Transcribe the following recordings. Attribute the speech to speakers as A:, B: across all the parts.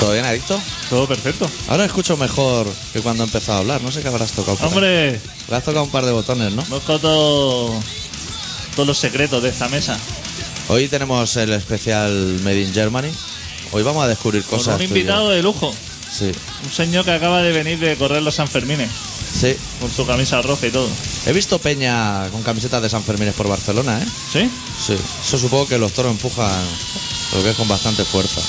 A: ¿Todo bien, Adicto?
B: Todo perfecto.
A: Ahora escucho mejor que cuando he empezado a hablar. No sé qué habrás tocado. por ahí.
B: Hombre,
A: Le has tocado un par de botones, ¿no?
B: hemos contado todo- todos los secretos de esta mesa.
A: Hoy tenemos el especial Made in Germany. Hoy vamos a descubrir
B: Con
A: cosas.
B: un
A: tú y yo.
B: invitado de lujo.
A: Sí,
B: Un señor que acaba de venir de correr los Sanfermines.
A: sí.
B: Con su camisa roja y todo.
A: He visto Peña con camisetas de San Fermín por Barcelona, ¿eh?
B: ¿Sí?
A: Sí. Eso supongo que los toros empujan lo que es con bastante fuerza.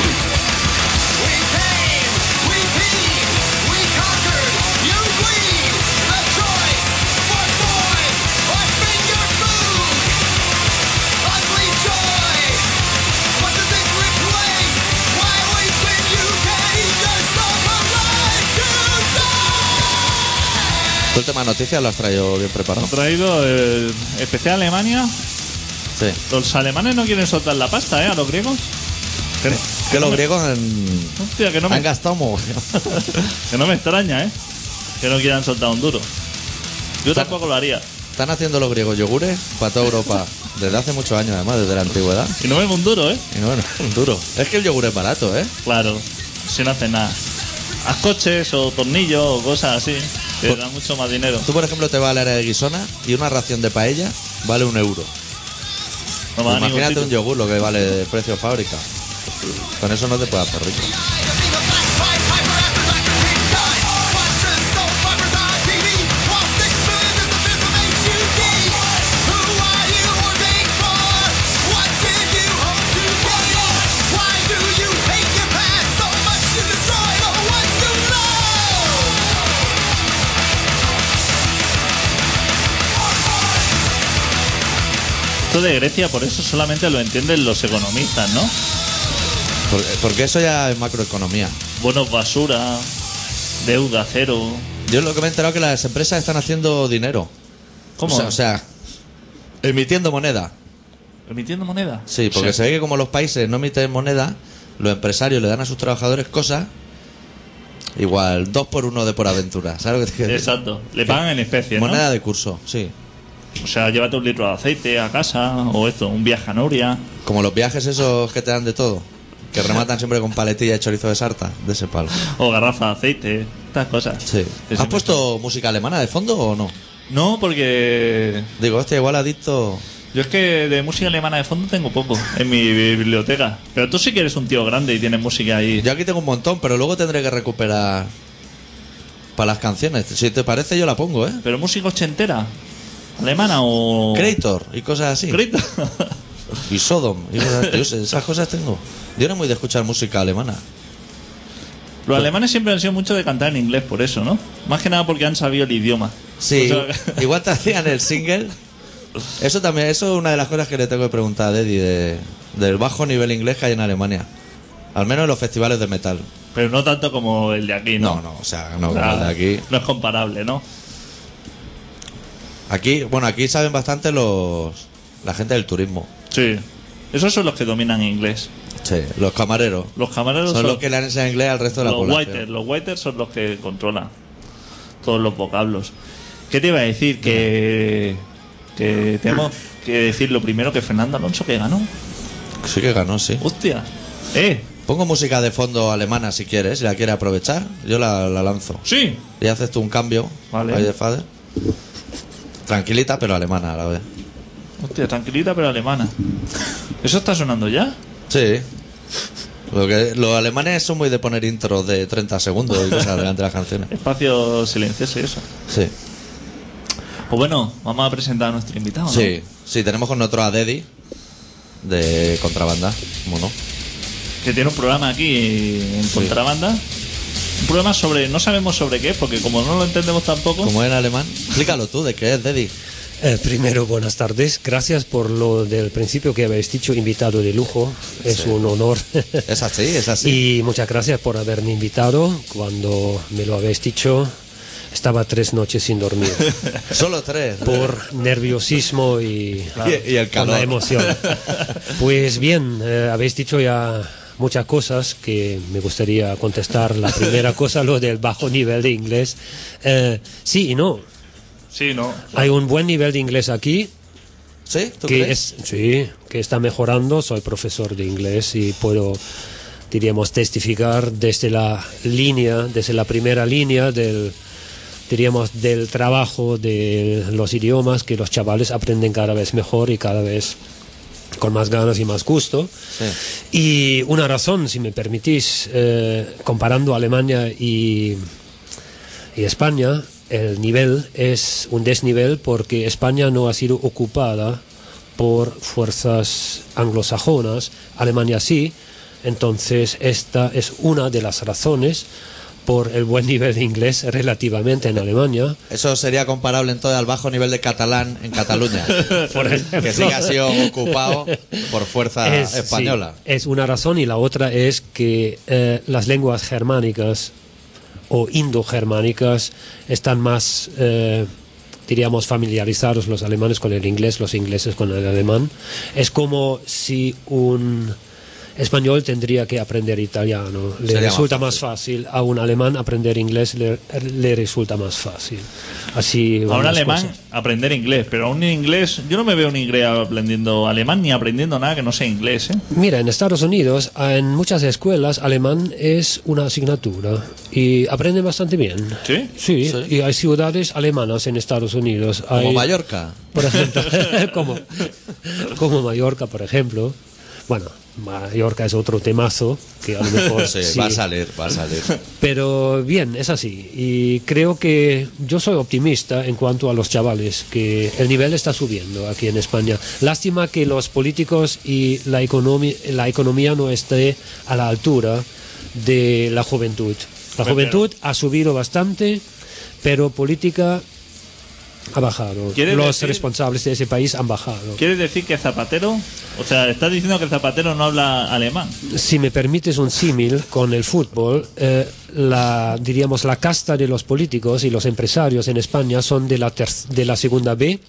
C: We came, we beat, we conquered, you bleed. The choice was mine. I fingered food. Ugly joy. What does it replace? Why wait when you can eat yourself alive today?
A: Tú el tema noticias lo has traído bien preparado.
B: Hemos traído el especial Alemania.
A: Sí.
B: Los alemanes no quieren soltar la pasta, ¿eh? A los griegos. Que,
A: Que
B: no
A: los
B: me-
A: griegos han-
B: Hostia, que no, me,
A: han gastado mogollón.
B: que no me extraña, ¿eh? Que no quieran soltar un duro. Yo tampoco lo haría.
A: Están haciendo los griegos yogures para toda Europa desde hace muchos años, además, desde la antigüedad.
B: Y no vemos un duro, ¿eh?
A: Y bueno, duro. Es que el yogur es barato, ¿eh?
B: Claro, si no hace nada. Haz coches o tornillos o cosas así. Te da mucho más dinero.
A: Tú, por ejemplo, te vas al área de Guisona y una ración de paella vale un euro.
B: No me da ningún
A: Imagínate
B: sitio.
A: un yogur lo que vale el precio fábrica. Con eso no te puedes hacer rico.
B: Esto de Grecia, por eso solamente lo entienden los economistas, ¿no?
A: Porque, porque eso ya es macroeconomía.
B: Bonos basura, deuda cero.
A: Yo lo que me he enterado es que las empresas están haciendo dinero.
B: ¿Cómo?
A: O sea, o sea, emitiendo moneda.
B: ¿Emitiendo moneda?
A: Sí, porque
B: O
A: se
B: sea,
A: ve que como los países no emiten moneda, los empresarios le dan a sus trabajadores cosas. Igual, dos por uno de por aventura. ¿Sabes lo que te quiero decir?
B: Exacto, le pagan en especie, ¿no?
A: Moneda de curso, sí.
B: O sea, llévate un litro de aceite a casa o esto, un viaje a Nuria.
A: Como los viajes esos que te dan de todo. Que rematan siempre con paletilla de chorizo de sarta, de ese palo.
B: O garrafa de aceite, estas cosas.
A: Sí.
B: Que se
A: ¿Has puesto música alemana de fondo o no?
B: me- No, porque
A: Digo, hostia, igual adicto.
B: Yo es que de música alemana de fondo tengo poco en mi biblioteca. Pero tú sí que eres un tío grande y tienes música ahí.
A: Yo aquí tengo un montón, pero luego tendré que recuperar para las canciones. Si te parece, yo la pongo, ¿eh?
B: Pero música ochentera, alemana o.
A: Creator y cosas así.
B: Crédito.
A: Y Sodom. y cosas así. Yo sé, esas cosas tengo. Yo no muy de escuchar música alemana.
B: Los alemanes siempre han sido mucho de cantar en inglés, por eso, ¿no? Más que nada porque han sabido el idioma.
A: Sí,
B: O sea,
A: igual te hacían el single. Eso también, eso es una de las cosas que le tengo que preguntar a Deddy de- del bajo nivel inglés que hay en Alemania. Al menos en los festivales de metal.
B: pero no tanto como el de aquí, ¿no?
A: No, no, o sea, no,
B: O
A: como
B: sea,
A: el de aquí.
B: No es comparable, ¿no?
A: Aquí, bueno, aquí saben bastante los la gente del turismo.
B: Sí. Esos son los que dominan inglés.
A: Sí, los camareros.
B: Los camareros
A: Son, los que le han enseñado inglés al resto de la
B: los
A: población.
B: waiters, los waiters son los que controlan todos los vocablos. ¿Qué te iba a decir? Que, que tenemos que decir lo primero que Fernando Alonso que ganó.
A: Sí que ganó, sí.
B: Hostia. Eh,
A: Pongo música de fondo alemana si quieres, si la quieres aprovechar. Yo la, la lanzo.
B: sí.
A: Y haces tú un cambio.
B: Vale.
A: ahí de Fader. Tranquilita pero alemana a la vez.
B: Hostia, tranquilita pero alemana. ¿Eso está sonando ya?
A: Sí. Lo que, los alemanes son muy de poner intros de 30 segundos y cosas delante de las canciones.
B: Espacio silencioso y eso.
A: Sí.
B: Pues bueno, vamos a presentar a nuestro invitado,
D: Ah,
B: ¿no?
A: Sí. Sí, tenemos con nosotros a Deddy de contrabanda. ¿Cómo no?
B: Que tiene un programa aquí en contrabanda. Un programa sobre. No sabemos sobre qué, porque como no lo entendemos
D: Oh.
B: tampoco.
A: ¿Cómo es en alemán? Explícalo tú de qué es Deddy.
D: Eh, primero, buenas tardes. Gracias por lo del principio que habéis dicho, invitado de lujo. Es un honor.
A: Es así, es así.
D: Y muchas gracias por haberme invitado. Cuando me lo habéis dicho, estaba tres noches sin dormir
A: Solo tres.
D: por nerviosismo y,
A: Y- y el
D: con
A: calor.
D: la emoción. Pues bien, eh, habéis dicho ya muchas cosas que me gustaría contestar. La primera cosa, lo del bajo nivel de inglés. Eh, sí y no.
B: Sí, no.
D: Hay un buen nivel de inglés aquí,
A: ¿Sí? ¿Tú
D: que
A: crees?
D: es sí que está mejorando soy profesor de inglés y puedo diríamos testificar desde la línea desde la primera línea del diríamos del trabajo de los idiomas que los chavales aprenden cada vez mejor y cada vez con más ganas y más gusto y una razón si me permitís eh, comparando Alemania y y España el nivel es un desnivel porque España no ha sido ocupada por fuerzas anglosajonas, Alemania sí, entonces esta es una de las razones por el buen nivel de inglés relativamente en Alemania.
A: Eso sería comparable entonces al bajo nivel de catalán en Cataluña.
D: Por ejemplo.
A: que sí que ha sido ocupado por fuerza
D: Es- sí,
A: española.
D: es una razón y la otra es que eh, las lenguas germánicas o indogermánicas están más, eh, diríamos, familiarizados los alemanes con el inglés, los ingleses con el alemán. Es como si un español tendría que aprender italiano. Le
A: Sería más
D: resulta más fácil. A un alemán aprender inglés le, le resulta más fácil. Así van
B: A un
D: las
B: alemán
D: cosas.
B: aprender inglés, pero a un inglés. Yo no me veo un inglés aprendiendo alemán ni aprendiendo nada que no sea inglés, ¿eh?
D: Mira, en Estados Unidos, en muchas escuelas, alemán es una asignatura y aprenden bastante bien.
B: ¿Sí?
D: Sí,
A: Sí.
D: y hay ciudades alemanas en Estados Unidos.
A: Como
D: Hay-
A: Mallorca.
D: Por ejemplo, como, como Mallorca, por ejemplo. Bueno, Mallorca es otro temazo que a lo mejor
A: Sí,
D: sí.
A: va Pues, eh, a salir, va a salir.
D: Pero bien, es así. Y creo que yo soy optimista en cuanto a los chavales, que el nivel está subiendo aquí en España. Lástima que los políticos y la, economi- la economía no esté a la altura de la juventud. La
B: Bueno,
D: juventud ha subido bastante, pero política ha bajado.
B: ¿Quiere
D: Los
B: decir-
D: responsables de ese país han bajado.
B: ¿Quieres decir que Zapatero. O sea, estás diciendo que Zapatero no habla alemán.
D: si me permites un símil con el fútbol, eh, la, diríamos la casta de los políticos y los empresarios en España son de la, ter- de la segunda B.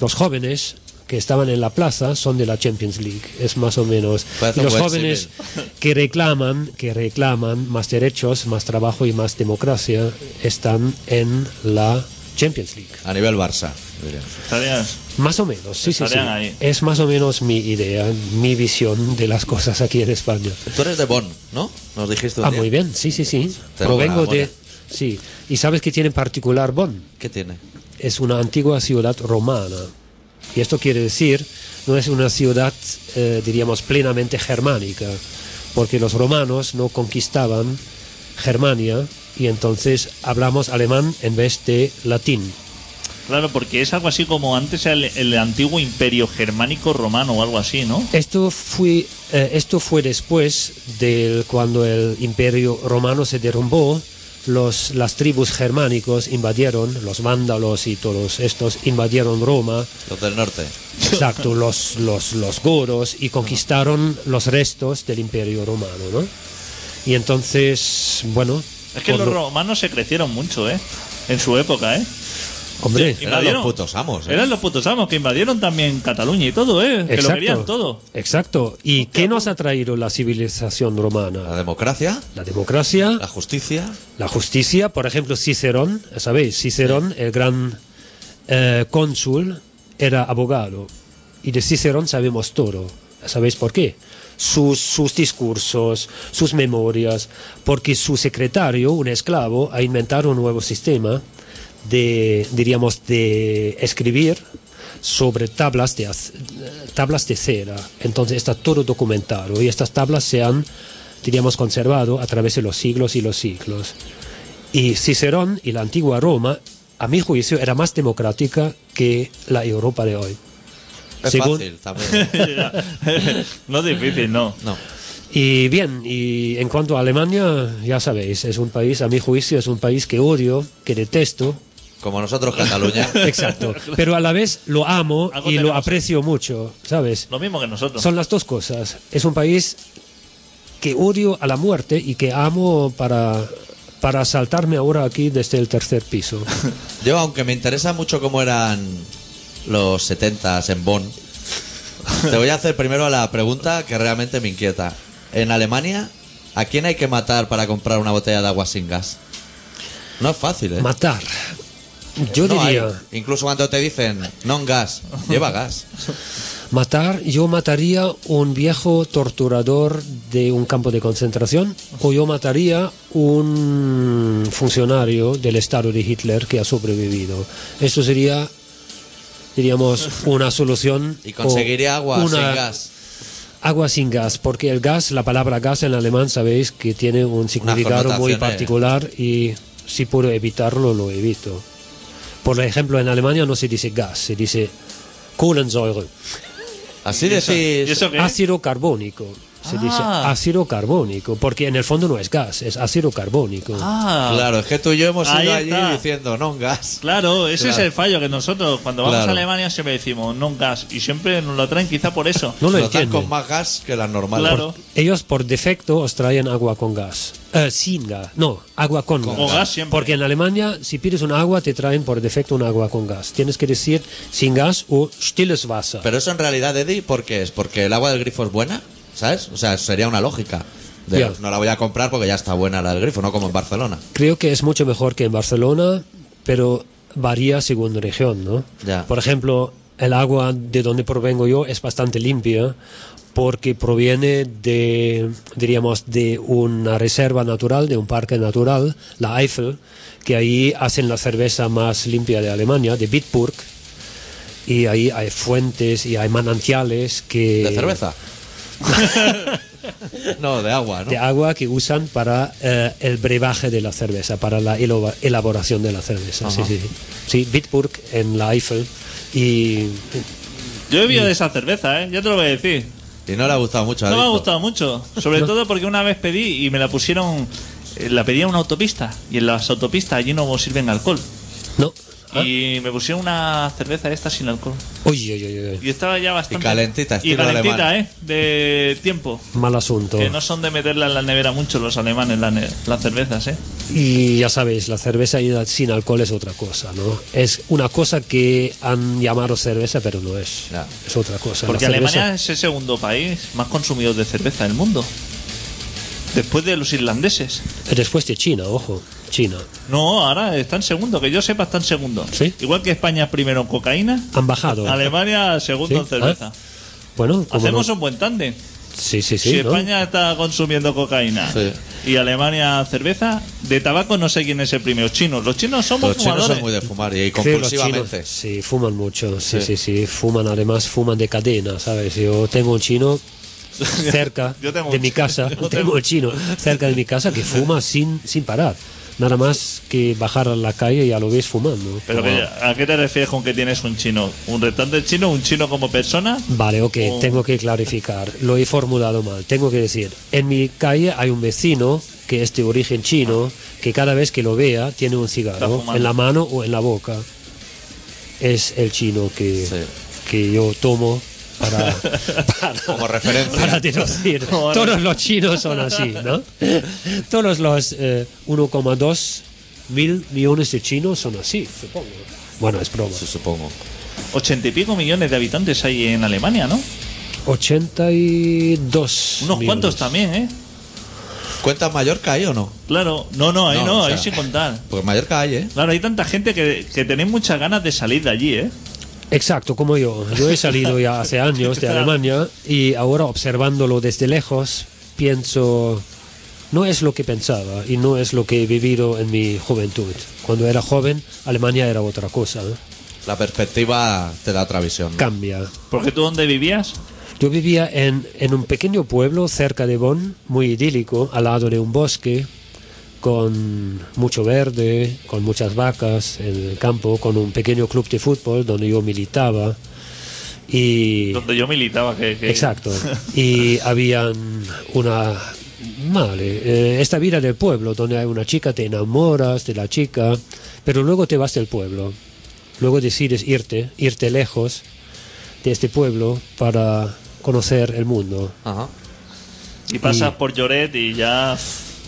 D: Los jóvenes que estaban en la plaza son de la Champions League, es más o menos.
A: Parece
D: Y
A: un
D: los
A: buen
D: jóvenes que reclaman, que reclaman más derechos, más trabajo y más democracia están en la Champions League.
A: A nivel Barça, diría.
B: Estarías.
D: Más o menos, sí, sí, sí.
B: Estarían ahí.
D: Es más o menos mi idea, mi visión de las cosas aquí en España.
A: Tú eres de Bonn, ¿no? Nos dijiste un
D: Ah,
A: día.
D: muy bien, sí, sí, sí.
A: Pero
D: Provengo
A: buena,
D: de. Sí, y sabes que tiene en particular Bonn.
A: ¿Qué tiene?
D: Es una antigua ciudad romana. Y esto quiere decir, no es una ciudad, eh, diríamos, plenamente germánica, porque los romanos no conquistaban Germania y entonces hablamos alemán en vez de latín.
B: Claro, porque es algo así como antes el, el antiguo imperio germánico romano o algo así, ¿no?
D: Esto fue, eh, esto fue después del cuando el imperio romano se derrumbó, los, las tribus germánicos invadieron, los vándalos y todos estos invadieron Roma,
A: Los del norte.
D: exacto, los, los, los godos y conquistaron los restos del imperio romano, ¿no? Y entonces, bueno...
B: Es que
D: por
B: los
D: lo-
B: romanos se crecieron mucho, ¿eh? En su época, ¿eh?
D: Hombre,
B: Sí,
A: Eran
B: Invadieron.
A: los putos amos, ¿eh?
B: Eran los putos amos que invadieron también Cataluña y todo, ¿eh? Que lo querían todo.
D: Exacto. ¿Y qué nos ha traído la civilización
A: La
D: romana?
A: democracia,
D: La democracia,
A: la justicia.
D: La justicia, por ejemplo, Cicerón, ¿sabéis? Cicerón, el gran eh, cónsul, era abogado. Y de Cicerón sabemos todo. ¿Sabéis por qué? Sus, sus discursos, sus memorias, porque su secretario, un esclavo, ha inventado un nuevo sistema de, diríamos, de escribir sobre tablas de, ac- tablas de cera. Entonces está todo documentado y estas tablas se han, diríamos, conservado a través de los siglos y los siglos. Y Cicerón y la antigua Roma, a mi juicio, era más democrática que la Europa de hoy.
A: Es
D: Según-
A: fácil también. ¿eh?
B: no es difícil, no.
A: No.
D: Y bien, y en cuanto a Alemania, ya sabéis, es un país, a mi juicio, es un país que odio, que detesto,
A: Como nosotros, Cataluña.
D: exacto, pero a la vez lo amo
B: Algo
D: y lo
B: tenemos,
D: aprecio mucho, ¿sabes?
B: Lo mismo que nosotros.
D: Son las dos cosas. Es un país que odio a la muerte y que amo para, para saltarme ahora aquí desde el tercer piso.
A: Yo, aunque me interesa mucho cómo eran los 70 en Bonn, te voy a hacer primero la pregunta que realmente me inquieta. En Alemania, ¿a quién hay que matar para comprar una botella de agua sin gas? No es fácil, ¿eh?
D: Matar. Yo
A: No hay.
D: diría...
A: Incluso cuando te dicen, no gas, lleva gas.
D: Matar, yo mataría un viejo torturador de un campo de concentración o yo mataría un funcionario del Estado de Hitler que ha sobrevivido. Esto sería, diríamos, una solución.
A: Y conseguiría
D: o
A: agua
D: una-
A: sin gas.
D: Agua sin gas, porque el gas, la palabra gas en alemán, sabéis que tiene un significado muy
A: connotación, eh.
D: particular y si puedo evitarlo, lo evito. Por ejemplo, en Alemania no se dice gas, se dice Kohlensäure.
A: Así
B: ¿Y
A: decís.
B: eso qué?
D: Ácido carbónico. Se
B: Ah.
D: dice ácido carbónico, porque en el fondo no es gas, es ácido carbónico.
B: Ah,
A: Claro, es que tú y yo hemos
B: Ahí
A: ido allí
B: está.
A: diciendo, no gas.
B: Claro, ese
A: Claro.
B: es el fallo que nosotros cuando vamos
A: Claro.
B: a Alemania siempre decimos non gas y siempre nos lo traen quizá por eso.
D: No lo
A: Lo dan
D: entiendo.
A: con más gas que las normales.
B: claro.
D: Ellos por defecto os traen agua con gas. Eh, sin gas. No, agua con,
B: Con gas siempre.
D: Porque en Alemania, si pides un agua, te traen por defecto un agua con gas. Tienes que decir sin gas o stilles Wasser.
A: Pero eso en realidad, Eddie, ¿por qué es? ¿Porque el agua del grifo es buena? ¿Sabes? O sea, sería una lógica. De,
D: Ya.
A: No la voy a comprar porque ya está buena la del grifo, no como en Barcelona.
D: Creo que es mucho mejor que en Barcelona, pero varía según región, ¿no?
A: Ya.
D: Por ejemplo, el agua de donde provengo yo es bastante limpia porque proviene de, diríamos, de una reserva natural, de un parque natural, la Eifel, que ahí hacen la cerveza más limpia de Alemania, de Bitburg, y ahí hay fuentes y hay manantiales que...
B: Eh.
A: ¿De cerveza? no, de agua, ¿no?
D: de agua que usan para eh, el brebaje de la cerveza, para la elo- elaboración de la cerveza. Sí, sí, sí. Sí, Bitburg en la Eifel. Y
B: Yo he
A: Mm.
B: bebido de esa cerveza, ¿eh? Ya te lo voy a decir.
A: Y no le ha gustado mucho.
B: No me ha
A: adicto.
B: gustado mucho. Sobre todo porque una vez pedí y me la pusieron... eh, La pedí en una autopista y en las autopistas allí no sirven alcohol.
D: no. ¿Ah?
B: Y me pusieron una cerveza esta sin alcohol.
D: Uy, uy, uy, uy.
B: Y estaba ya bastante...
A: Y calentita,
B: Y
A: estilo
B: calentita,
A: alemán. Oh.
B: ¿eh? De tiempo.
D: Mal asunto.
B: Que no son de meterla en la nevera mucho los alemanes la ne- las cervezas, ¿eh?
D: Y ya sabéis, la cerveza y la- sin alcohol es otra cosa, ¿no? Es una cosa que han llamado cerveza, pero no es.
A: Ya.
D: Es otra cosa. La
B: Porque
D: cerveza-
B: Alemania es el segundo país más consumidor de cerveza del mundo. Después de los irlandeses.
D: Después de China, ojo. China.
B: No, ahora está en segundo, que yo sepa está en segundo.
D: ¿Sí?
B: Igual que España primero en cocaína,
D: Han bajado.
B: Alemania segundo
D: ¿Sí?
B: en cerveza.
D: Bueno, como
B: Hacemos
D: no-
B: un buen tándem.
D: Sí, sí,
B: si
D: sí. ¿no?
B: España está consumiendo cocaína
A: Sí.
B: y Alemania cerveza, de tabaco no sé quién es el primero. Chinos, los chinos somos
A: Los chinos
B: fumadores.
A: son muy de fumar y
D: Creo los chinos,
A: compulsivamente.
D: Sí, fuman mucho, sí,
A: Sí.
D: sí, sí, fuman además, fuman de cadena, ¿sabes? Yo tengo un chino cerca
B: Yo tengo
D: de
B: un
D: mi
B: chino.
D: casa,
B: Yo
D: tengo,
B: tengo-
D: un chino cerca de mi casa que fuma sin, sin parar, nada más que bajar a la calle y ya lo ves fumando.
B: Pero que ya- ¿a qué te refieres con que tienes un chino? ¿Un restante chino? ¿Un chino como persona?
D: Vale, ok,
B: Oh.
D: tengo que clarificar, lo he formulado mal, tengo que decir, en mi calle hay un vecino que es de origen chino, que cada vez que lo vea tiene un cigarro
B: fumando.
D: en la mano o en la boca. Es el chino que,
A: Sí.
D: que yo tomo para, para,
A: Como referencia.
D: para deducir. Todos los chinos son así, ¿no? Todos los eh, 1,2 mil millones de chinos son así, supongo. Bueno, es broma.
A: Sí, supongo.
B: Ochenta y pico millones de habitantes hay en Alemania, ¿no?
D: 82.
B: Unos
D: millones.
B: cuantos también, ¿eh?
A: ¿Cuentas Mallorca ahí o no?
B: Claro, no, no, ahí
A: No,
B: no,
A: o sea-
B: ahí sin contar.
A: Porque en Mallorca hay, ¿eh?
B: Claro, hay tanta gente que, que tenéis muchas ganas de salir de allí, ¿eh?
D: Exacto, como yo. Yo he salido ya hace años de Alemania y ahora observándolo desde lejos pienso, no es lo que pensaba y no es lo que he vivido en mi juventud. Cuando era joven, Alemania era otra cosa. ¿eh?
A: La perspectiva te da otra visión. ¿no?
D: Cambia.
B: Porque tú dónde vivías?
D: Yo vivía en, en un pequeño pueblo cerca de Bonn, muy idílico, al lado de un bosque, con mucho verde, con muchas vacas en el campo, con un pequeño club de fútbol donde yo militaba. Y,
B: Donde yo militaba. Que, que-
D: Exacto. Y habían una... Vale, eh, esta vida del pueblo, donde hay una chica, te enamoras de la chica, pero luego te vas del pueblo. Luego decides irte, irte lejos de este pueblo para conocer el mundo.
A: Ajá.
B: Y pasas por Lloret y ya...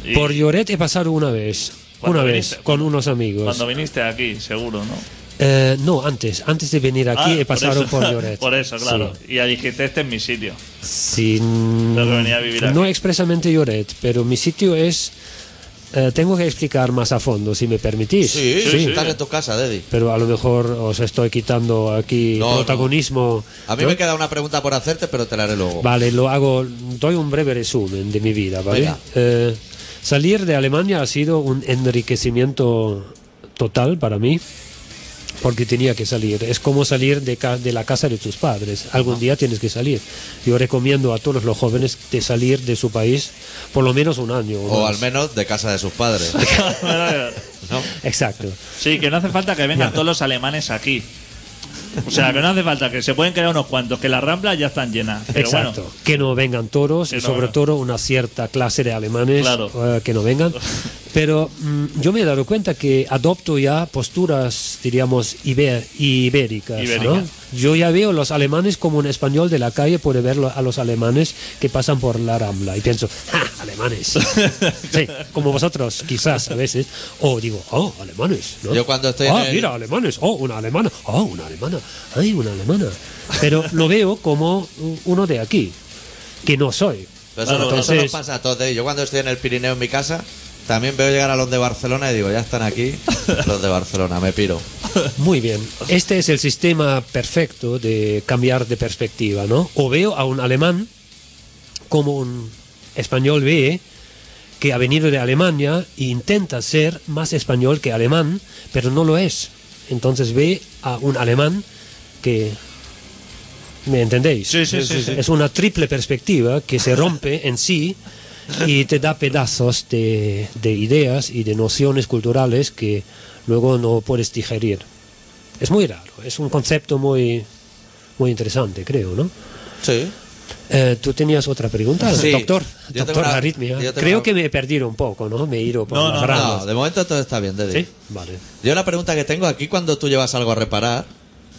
B: y
D: Por Lloret he pasado una vez,
B: Cuando
D: una
B: viniste-
D: vez, con unos amigos.
B: Cuando viniste aquí, seguro, ¿no?
D: Eh, no, antes, antes de venir aquí
B: Ah,
D: he pasado
B: eso-
D: por, Lloret.
B: por eso,
D: Sí.
B: claro. Y ya dijiste, este es mi sitio.
D: Sin-
B: Lo que venía a vivir
D: no
B: aquí.
D: expresamente Lloret, pero mi sitio es. eh, tengo que explicar más a fondo, si me permitís.
A: Sí,
B: Sí, sí.
A: estás en tu casa, Deddy.
D: Pero a lo mejor os estoy quitando aquí
A: No,
D: protagonismo.
A: A mí
D: ¿no?
A: me queda una pregunta por hacerte, pero te la haré luego.
D: Vale, lo hago. Doy un breve resumen de mi vida, ¿vale?
A: Venga.
D: Eh, salir de Alemania ha sido un enriquecimiento total para mí. Porque tenía que salir. Es como salir de, ca- de la casa de tus padres. Algún
A: Ah.
D: día tienes que salir. Yo recomiendo a todos los jóvenes de salir de su país por lo menos un año.
A: O
D: más.
A: al menos de casa de sus padres. ¿no?
D: Exacto.
B: sí, que no hace falta que vengan todos los alemanes aquí. O sea, que no hace falta, que se pueden crear unos cuantos, que las ramblas ya están llenas. Pero
D: Exacto.
B: bueno,
D: que no vengan toros,
B: Que no
D: sobre
B: vengan.
D: todo una cierta clase de alemanes
B: Claro.
D: eh, que no vengan. Pero mm, yo me he dado cuenta que adopto ya posturas, diríamos, ibe- ibéricas.
B: Ibérica.
D: ¿no? Yo ya veo los alemanes como un español de la calle puede ver lo- a los alemanes que pasan por la Rambla y pienso, ¡ja! Alemanes. sí, como vosotros, quizás a veces. O digo, ¡oh, alemanes! ¿no?
A: Yo cuando estoy en
D: "Ah,
A: el-
D: mira, alemanes, oh, una alemana, oh, una alemana, ay, una alemana. Pero lo veo como uno de aquí, que no soy.
A: Pero eso,
B: Claro,
A: no- eso
D: entonces-
A: nos pasa a todos. Deddy. Yo cuando estoy en el Pirineo en mi casa, también veo llegar a los de Barcelona y digo, ya están aquí los de Barcelona, me piro.
D: Muy bien, este es el sistema perfecto de cambiar de perspectiva, ¿no? O veo a un alemán como un español ve que ha venido de Alemania e intenta ser más español que alemán, pero no lo es. Entonces ve a un alemán que... ¿Me entendéis?
B: Sí, sí, sí, sí.
D: Es una triple perspectiva que se rompe en sí y te da pedazos de, de ideas y de nociones culturales que luego no puedes digerir. Es muy raro, es un concepto muy, muy interesante, creo, ¿no?
A: Sí.
D: Eh, Tú tenías otra pregunta,
A: Sí.
D: doctor.
A: Yo tengo
D: doctor
A: una-
D: Arritmia.
A: yo tengo
D: Creo
A: una-
D: que me he perdido un poco, ¿no? Me he ido por
B: No,
D: las
B: no,
D: ramas.
A: No, de momento todo está bien, Deddy.
D: ¿Sí? Vale.
A: Yo la pregunta que tengo aquí, cuando tú llevas algo a reparar,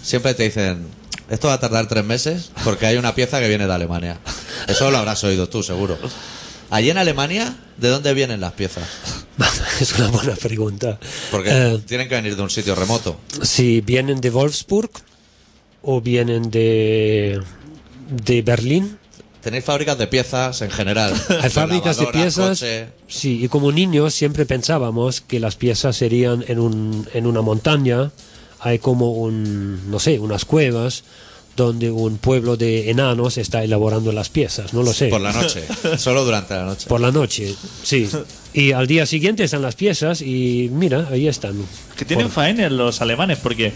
A: siempre te dicen, esto va a tardar tres meses porque hay una pieza que viene de Alemania. Eso lo habrás oído tú, seguro. Allí en Alemania, ¿de dónde vienen las piezas?
D: es una buena pregunta.
A: Porque
D: Eh,
A: tienen que venir de un sitio remoto.
D: si vienen de Wolfsburg o vienen de, de Berlín,
A: Tenéis fábricas de piezas en general.
D: Hay fábricas de
A: Lavadoras,
D: piezas.
A: coche.
D: Sí, y como niños siempre pensábamos que las piezas serían en, un, en una montaña. Hay como un, no sé, unas cuevas donde un pueblo de enanos está elaborando las piezas, no lo sé.
A: Por la noche, solo durante la noche.
D: Por la noche, sí. Y al día siguiente están las piezas y mira, ahí están.
B: que tienen
D: Por-
B: faena los alemanes, porque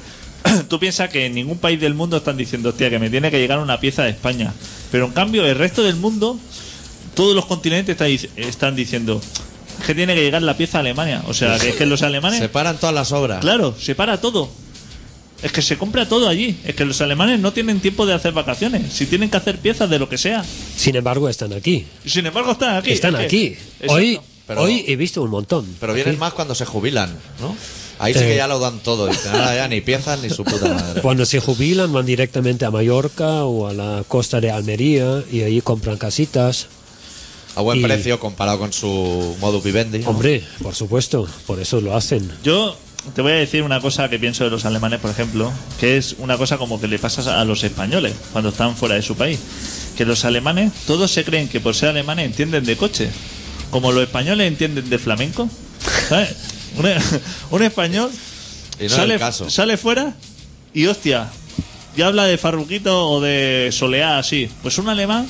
B: tú piensas que en ningún país del mundo están diciendo, hostia, que me tiene que llegar una pieza de España. Pero en cambio, el resto del mundo, todos los continentes están, dic- están diciendo que tiene que llegar la pieza a Alemania. O sea, que es que los alemanes...
A: Separan todas las obras.
B: Claro, se para todo. Es que se compra todo allí. Es que los alemanes no tienen tiempo de hacer vacaciones. Si tienen que hacer piezas de lo que sea.
D: Sin embargo, están aquí.
B: Y Sin embargo, están aquí.
D: Están
B: Es que-
D: aquí.
B: Exacto.
D: Hoy,
A: Pero-
D: hoy he visto un montón.
A: Pero vienen
D: Aquí.
A: más cuando se jubilan, ¿no? Ahí sí que
D: Eh.
A: ya lo dan todo. Dicen, ahora ya ni piezas ni su puta madre.
D: Cuando se jubilan van directamente a Mallorca o a la costa de Almería y ahí compran casitas.
A: A buen
D: Y-
A: precio comparado con su modus vivendi. ¿no?
D: Hombre, por supuesto, por eso lo hacen.
B: Yo te voy a decir una cosa que pienso de los alemanes, por ejemplo, que es una cosa como que le pasa a los españoles cuando están fuera de su país. Que los alemanes, todos se creen que por ser alemanes entienden de coches. Como los españoles entienden de flamenco. ¿sabes? Un, un español
A: Y no es
B: sale,
A: el caso.
B: sale fuera y hostia, ya habla de farruquito o de soleá así. Pues un alemán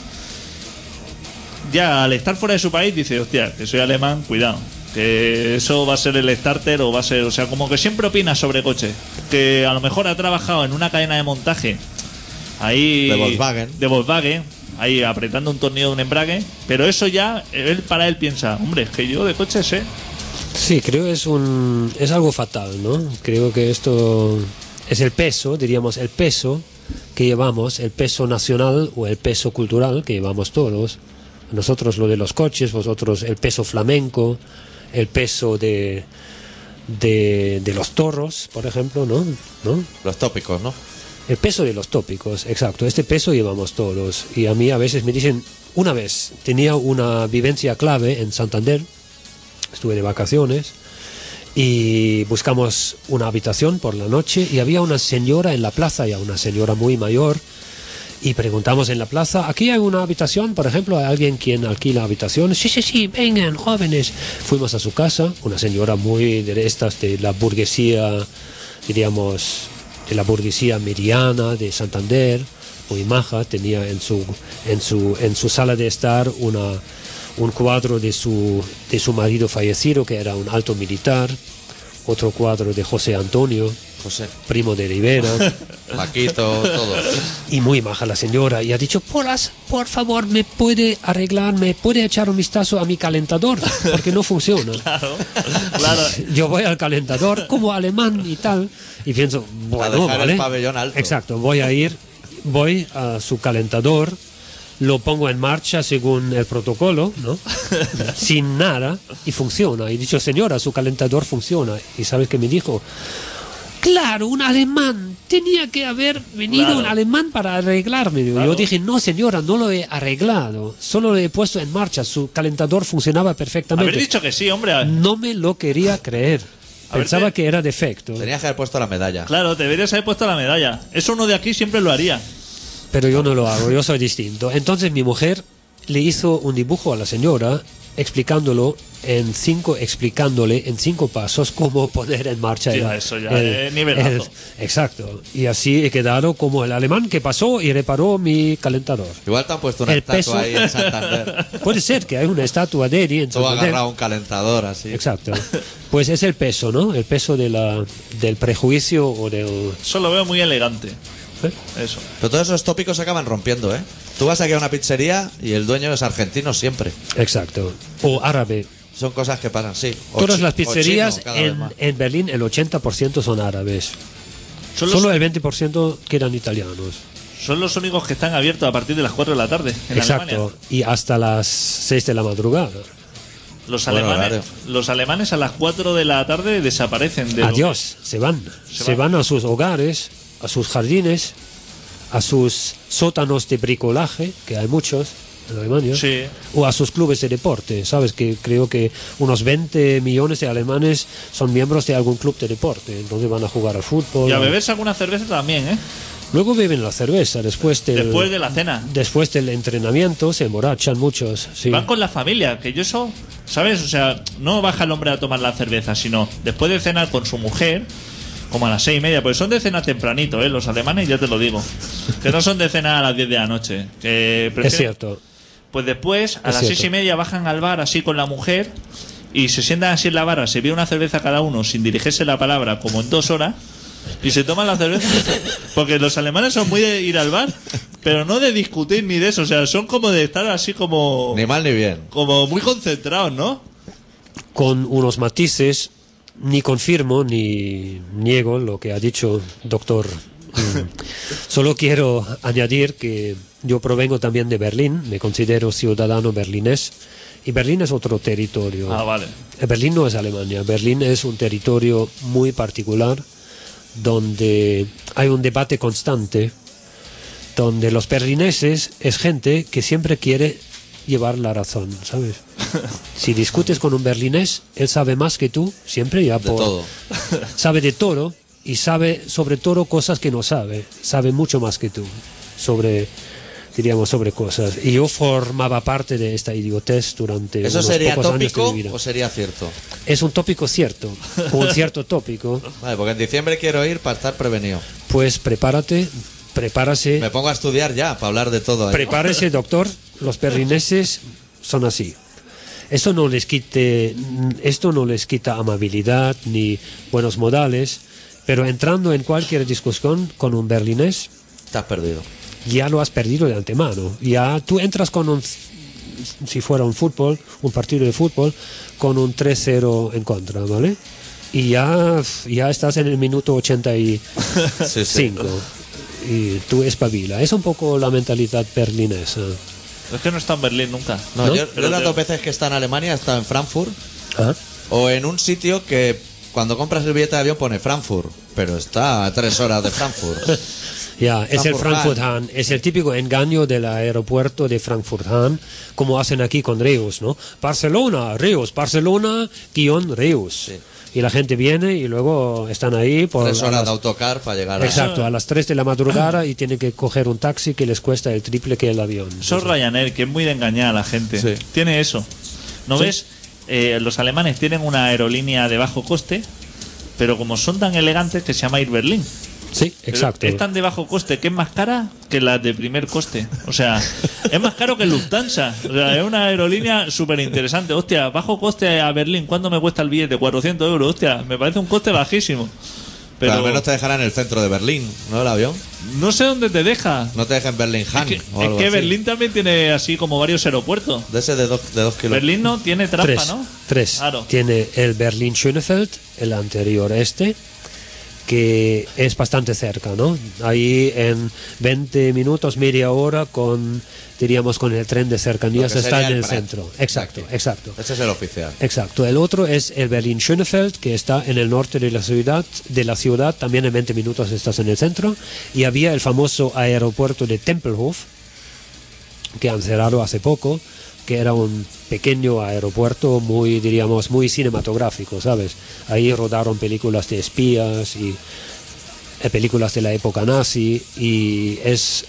B: ya al estar fuera de su país dice, hostia, que soy alemán, cuidado. Que eso va a ser el starter o va a ser, o sea, como que siempre opina sobre coches. Que a lo mejor ha trabajado en una cadena de montaje ahí.
A: De Volkswagen.
B: De Volkswagen, ahí apretando un tornillo de un embrague. Pero eso ya, él para él piensa, hombre, es que yo de coches sé.
D: Sí, creo es un es algo fatal, ¿no? Creo que esto es el peso, diríamos, el peso que llevamos, el peso nacional o el peso cultural que llevamos todos. Nosotros lo de los coches, vosotros el peso flamenco, el peso de de, de los toros, por ejemplo, ¿no? ¿No?
A: Los tópicos, ¿no?
D: El peso de los tópicos, exacto. Este peso llevamos todos. Y a mí a veces me dicen, una vez tenía una vivencia clave en Santander, estuve de vacaciones y buscamos una habitación por la noche y había una señora en la plaza, ya una señora muy mayor, y preguntamos en la plaza, ¿aquí hay una habitación? Por ejemplo, ¿hay alguien quien alquila habitaciones? Sí, sí, sí, vengan, jóvenes. Fuimos a su casa, una señora muy de estas, de la burguesía, diríamos, de la burguesía mediana de Santander, muy maja, tenía en su, en su, en su sala de estar una, un cuadro de su, de su marido fallecido, que era un alto militar, otro cuadro de José Antonio,
A: José,
D: primo de Rivera.
A: Paquito, todos.
D: Y muy maja la señora y ha dicho, Polas, por favor, me puede arreglar, me puede echar un vistazo a mi calentador, porque no funciona.
B: Claro, claro.
D: Yo voy al calentador como alemán y tal, y pienso, bueno,
A: dejar el
D: vale.
A: pabellón alto.
D: Exacto, voy a ir, voy a su calentador, lo pongo en marcha según el protocolo, ¿no? Sin nada, y funciona. Y he dicho, señora, su calentador funciona. ¿Y sabes qué me dijo? Claro, un alemán. Tenía que haber venido
B: Claro.
D: un alemán para arreglarme.
B: Claro.
D: Yo dije, no señora, no lo he arreglado. Solo lo he puesto en marcha. Su calentador funcionaba
B: Haber
D: perfectamente.
B: dicho que sí, hombre. ah,
D: No me lo quería creer.
B: Haberte-
D: Pensaba que era defecto.
A: Tenías que haber puesto la medalla.
B: Claro, deberías haber puesto la medalla. Eso uno de aquí siempre lo haría.
D: Pero yo no lo hago, yo soy distinto. Entonces mi mujer le hizo un dibujo a la señora explicándolo en cinco, explicándole en cinco pasos cómo poner en marcha
B: Sí,
D: el-
B: eso ya
D: el-
B: es nivelazo.
D: el- exacto. Y así he quedado como el alemán que pasó y reparó mi calentador.
A: Igual te han puesto una
D: El
A: estatua
D: peso.
A: ahí en Santander.
D: Puede ser que hay una estatua de él y en
A: Tú
D: Santander.
A: agarrado un calentador así.
D: Exacto. Pues es el peso, ¿no? El peso de la, del prejuicio o del...
B: Eso lo veo muy elegante.
D: ¿eh?
B: Eso.
A: Pero todos esos tópicos se acaban rompiendo, ¿eh? Tú vas aquí a una pizzería y el dueño es argentino siempre.
D: Exacto. O árabe.
A: Son cosas que pasan, sí. O
D: Todas
A: chi-
D: las
A: o
D: pizzerías
A: chino, cada vez
D: en,
A: más.
D: en Berlín, el 80% son árabes.
B: Son los,
D: Solo el 20% que eran italianos.
B: son los únicos que están abiertos a partir de las 4 de la tarde en
D: Exacto.
B: Alemania.
D: Y hasta las 6 de la madrugada.
B: Los
A: Bueno,
B: alemanes,
A: claro.
B: los alemanes a las 4 de la tarde desaparecen de lo-
D: Adiós, se van.
B: Se
D: Se,
B: van.
D: van. a sus hogares, a sus jardines, a sus sótanos de bricolaje, que hay muchos en Alemania,
B: Sí.
D: o a sus clubes de deporte. Sabes que creo que unos 20 millones de alemanes son miembros de algún club de deporte, entonces van a jugar al fútbol.
B: Y a beberse alguna cerveza también, ¿eh?
D: Luego beben la cerveza después del,
B: Después de la cena.
D: después del entrenamiento, se emborrachan muchos. sí.
B: Van con la familia, que yo eso, ¿sabes? O sea, no baja el hombre a tomar la cerveza, sino después de cenar con su mujer, como a las seis y media, pues son de cena tempranito, ¿eh? Los alemanes, ya te lo digo. Que no son de cena a las 10 de la noche. Que prefieren-
D: Es cierto.
B: Pues después, a
D: Es
B: las
D: cierto.
B: seis y media, bajan al bar así con la mujer y se sientan así en la barra, se pide una cerveza cada uno sin dirigirse la palabra, como en dos horas, y se toman la cerveza. Porque los alemanes son muy de ir al bar, pero no de discutir ni de eso, o sea, son como de estar así como
A: Ni mal ni bien.
B: como muy concentrados, ¿no?
D: Con unos matices, ni confirmo ni niego lo que ha dicho doctor. Mm. Solo quiero añadir que yo provengo también de Berlín, me considero ciudadano berlinés y Berlín es otro territorio.
B: Ah, vale.
D: Eh, Berlín no es Alemania, Berlín es un territorio muy particular donde hay un debate constante, donde los berlineses es gente que siempre quiere llevar la razón, ¿sabes? Si discutes con un berlinés, él sabe más que tú, siempre ya
A: De
D: por-
A: todo.
D: Sabe de todo y sabe sobre todo cosas que no sabe, sabe mucho más que tú sobre diríamos sobre cosas y yo formaba parte de esta idiotez durante
A: ¿Eso
D: unos
A: sería
D: pocos años de
A: tópico
D: mi vida
A: o sería cierto?
D: es un tópico cierto, o un cierto tópico,
A: Vale, porque en diciembre quiero ir para estar prevenido.
D: pues prepárate, prepárase,
A: Me pongo a estudiar ya para hablar de todo. ahí.
D: prepárese, doctor. Los berlineses son así. Esto no les quite, esto no les quita amabilidad ni buenos modales, pero entrando en cualquier discusión con un berlinés,
A: Estás perdido.
D: ya lo has perdido de antemano. Ya tú entras con un, si fuera un fútbol, un partido de fútbol, con un 3-0 en contra, ¿vale? Y ya, ya estás en el minuto 85.
A: Sí, sí.
D: Y tú espabila. Es un poco la mentalidad berlinesa.
B: Es que no está en Berlín nunca.
A: No,
D: ¿No?
A: Yo, yo
B: Pero
A: las
B: te-
A: dos veces que está en Alemania he estado en Frankfurt
D: ¿Ah?
A: o en un sitio que cuando compras el billete de avión pone Frankfurt, pero está a tres horas de Frankfurt.
D: Ya, es el
A: Frankfurt
D: Frankfurt Hahn, es el típico engaño del aeropuerto de Frankfurt Hahn, como hacen aquí con Reus, ¿no? Barcelona, Reus, Barcelona, guión Reus. Y la gente viene y luego están ahí por
A: tres
D: a
A: horas de
D: las-
A: autocar para llegar a...
D: Exacto, a las 3 de la madrugada y tienen que coger un taxi que les cuesta el triple que el avión.
B: Sos Ryanair, que es muy de engañar a la gente.
A: Sí.
B: Tiene eso. ¿No ves? Eh, los alemanes tienen una aerolínea de bajo coste, pero como son tan elegantes que se llama Air Berlin.
D: Sí,
B: Pero
D: exacto.
B: Es tan de bajo coste que es más cara que la de primer coste. O sea, es más caro que Lufthansa. O sea, es una aerolínea súper interesante. Hostia, bajo coste a Berlín. ¿Cuánto me cuesta el billete? 400 euros. Hostia, me parece un coste bajísimo.
A: Pero al
B: Pero
A: menos te dejarán en el centro de Berlín, ¿no? El avión.
B: no sé dónde te deja.
A: No te dejan Berlín
B: Es
A: Han.
B: que,
A: o
B: es
A: algo
B: que
A: así.
B: Berlín también tiene así como varios aeropuertos.
A: De ese de dos, de dos kilos.
B: Berlín no tiene trampa,
D: tres,
B: ¿no?
D: tres.
B: Claro.
D: Tiene el Berlín Schönefeld, el anterior a este, que es bastante cerca, ¿no? Ahí en 20 minutos, media hora, con, diríamos, con el tren de
A: Lo
D: cercanías
A: que
D: está
A: sería
D: en
A: el
D: el
A: Prat.
D: centro. Exacto, exacto.
A: Ese es el oficial.
D: Exacto. El otro es el Berlín Schönefeld, que está en el norte de la ciudad. De la ciudad también en 20 minutos estás en el centro. Y había el famoso aeropuerto de Tempelhof, que han cerrado hace poco, que era un pequeño aeropuerto muy, diríamos, muy cinematográfico, ¿sabes? Ahí rodaron películas de espías y eh, películas de la época nazi y es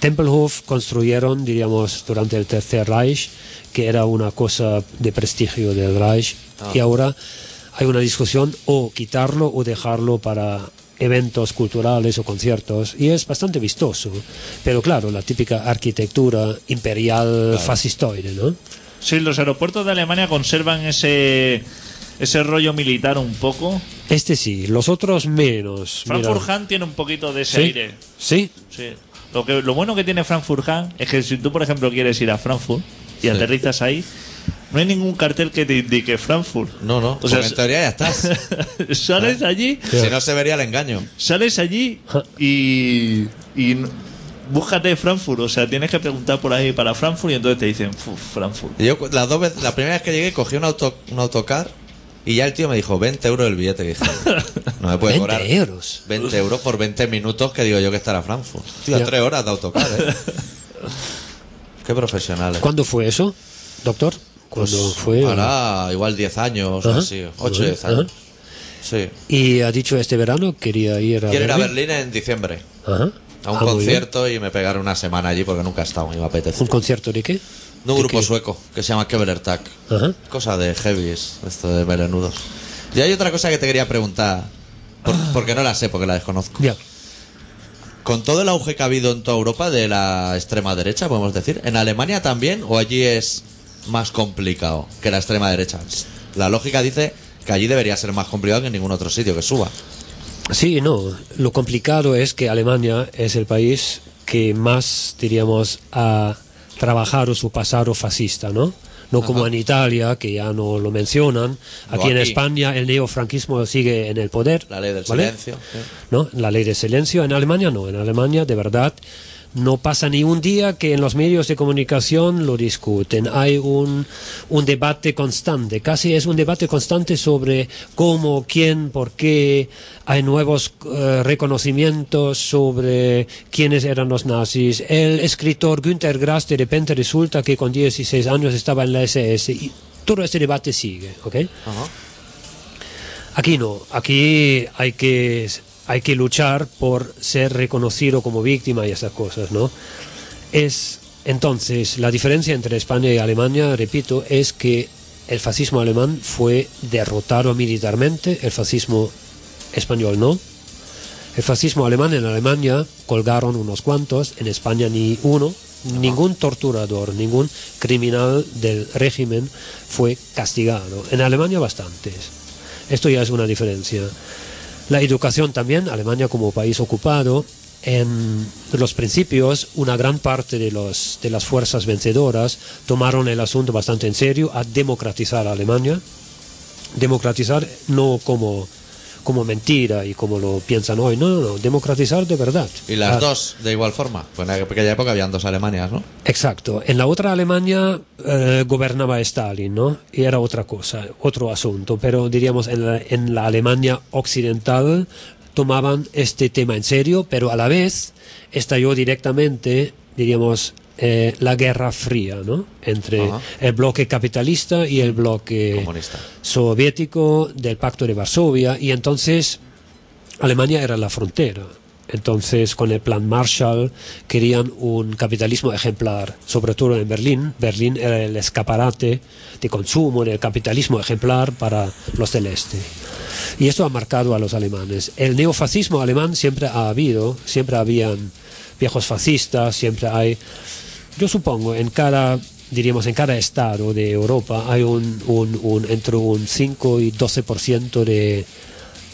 D: Tempelhof construyeron, diríamos, durante el Tercer Reich, que era una cosa de prestigio del Reich y ahora hay una discusión o quitarlo o dejarlo para eventos culturales o conciertos y es bastante vistoso, pero claro, la típica arquitectura imperial fascistoide, ¿no?
B: Sí, los aeropuertos de Alemania conservan ese ese rollo militar un poco.
D: Este sí, los otros menos. mira.
B: Frankfurt Hahn tiene un poquito de ese
D: ¿Sí?
B: aire.
D: ¿Sí?
B: Sí. Lo, que, lo bueno que tiene Frankfurt Hahn es que si tú, por ejemplo, quieres ir a Frankfurt y aterrizas ahí, no hay ningún cartel que te indique Frankfurt.
A: No, no.
B: O sea,
A: porque en teoría ya estás.
B: sales
D: Ah.
B: allí,
A: si no, se vería el engaño.
B: sales allí y, y n- búscate Frankfurt. O sea, tienes que preguntar por ahí para Frankfurt y entonces te dicen "Fu, Frankfurt.
A: Y yo cu- las dos veces, la primera vez que llegué cogí un, auto, un autocar y ya el tío me dijo 20 euros el billete. que dije, no me puede
D: 20
A: cobrar.
D: euros.
A: 20 euros por 20 minutos que digo yo que estará Frankfurt. Tío,
D: Ya.
A: tres horas de autocar, ¿eh? Qué profesionales.
D: ¿Cuándo fue eso, doctor? ¿Cuándo
A: Pues,
D: fue?
A: Hará igual 10 años, o
D: Ajá.
A: así. 8 o 10
D: Ajá.
A: años. Sí.
D: Y ha dicho este verano quería ir a
A: Quiero ir a
D: Berlín.
A: Berlín en diciembre.
D: Ajá.
A: A un
D: Ah, muy
A: concierto y me pegaron una semana allí porque nunca he estado y me
D: bien.
A: apetece.
D: ¿Un concierto de qué?
A: De un
D: ¿De
A: grupo
D: qué?
A: sueco que se llama Kevelertak.
D: Ajá.
A: Cosa de heavies, esto de melenudos. Y hay otra cosa que te quería preguntar, por- porque no la sé, porque la desconozco.
D: Ah. Ya.
A: Con todo el auge que ha habido en toda Europa de la extrema derecha, podemos decir, ¿en Alemania también o allí es más complicado que la extrema derecha? La lógica dice que allí debería ser más complicado que en ningún otro sitio que suba.
D: Sí, y no. Lo complicado es que Alemania es el país que más, diríamos, ha trabajado su pasado fascista, ¿no? No como en Italia, que ya no lo mencionan. Aquí en
A: aquí.
D: España el neofranquismo sigue en el poder.
A: La ley del
D: ¿vale?
A: silencio. sí.
D: ¿no? La ley de silencio en Alemania no, en Alemania de verdad no pasa ni un día que en los medios de comunicación lo discuten. Hay un, un debate constante, casi es un debate constante sobre cómo, quién, por qué. Hay nuevos eh, reconocimientos sobre quiénes eran los nazis. El escritor Günter Grass de repente resulta que con 16 años estaba en la SS. Y todo este debate sigue, ¿ok?
A: Ajá.
D: Aquí no, aquí hay que, hay que luchar por ser reconocido como víctima y esas cosas, ¿no? Es entonces la diferencia entre España y Alemania, repito, es que el fascismo alemán fue derrotado militarmente, el fascismo español no. El fascismo alemán en Alemania colgaron unos cuantos, en España ni uno. Ningún torturador, ningún criminal del régimen fue castigado. En Alemania bastantes. Esto ya es una diferencia. La educación también, Alemania como país ocupado, en los principios una gran parte de, los, de las fuerzas vencedoras tomaron el asunto bastante en serio a democratizar a Alemania democratizar no como, como mentira y como lo piensan hoy, no, no, no, democratizar de verdad.
A: Y las
D: Ah,
A: dos de igual forma. Pues en aquella época habían dos Alemanias, ¿no?
D: Exacto. En la otra Alemania eh, gobernaba Stalin, ¿no? Y era otra cosa, otro asunto, pero diríamos en la, en la Alemania occidental tomaban este tema en serio, pero a la vez estalló directamente, diríamos, eh, la Guerra Fría, ¿no? Entre
A: Ajá.
D: el bloque capitalista y el bloque
A: Comunista.
D: eh, soviético del Pacto de Varsovia y entonces Alemania era la frontera. Entonces, con el plan Marshall querían un capitalismo ejemplar, sobre todo en Berlín. Berlín era el escaparate de consumo del capitalismo ejemplar para los del este. Y esto ha marcado a los alemanes. El neofascismo alemán siempre ha habido, siempre habían viejos fascistas, siempre hay yo supongo en cada diríamos en cada estado de Europa hay un, un- un- entre un 5 y 12% de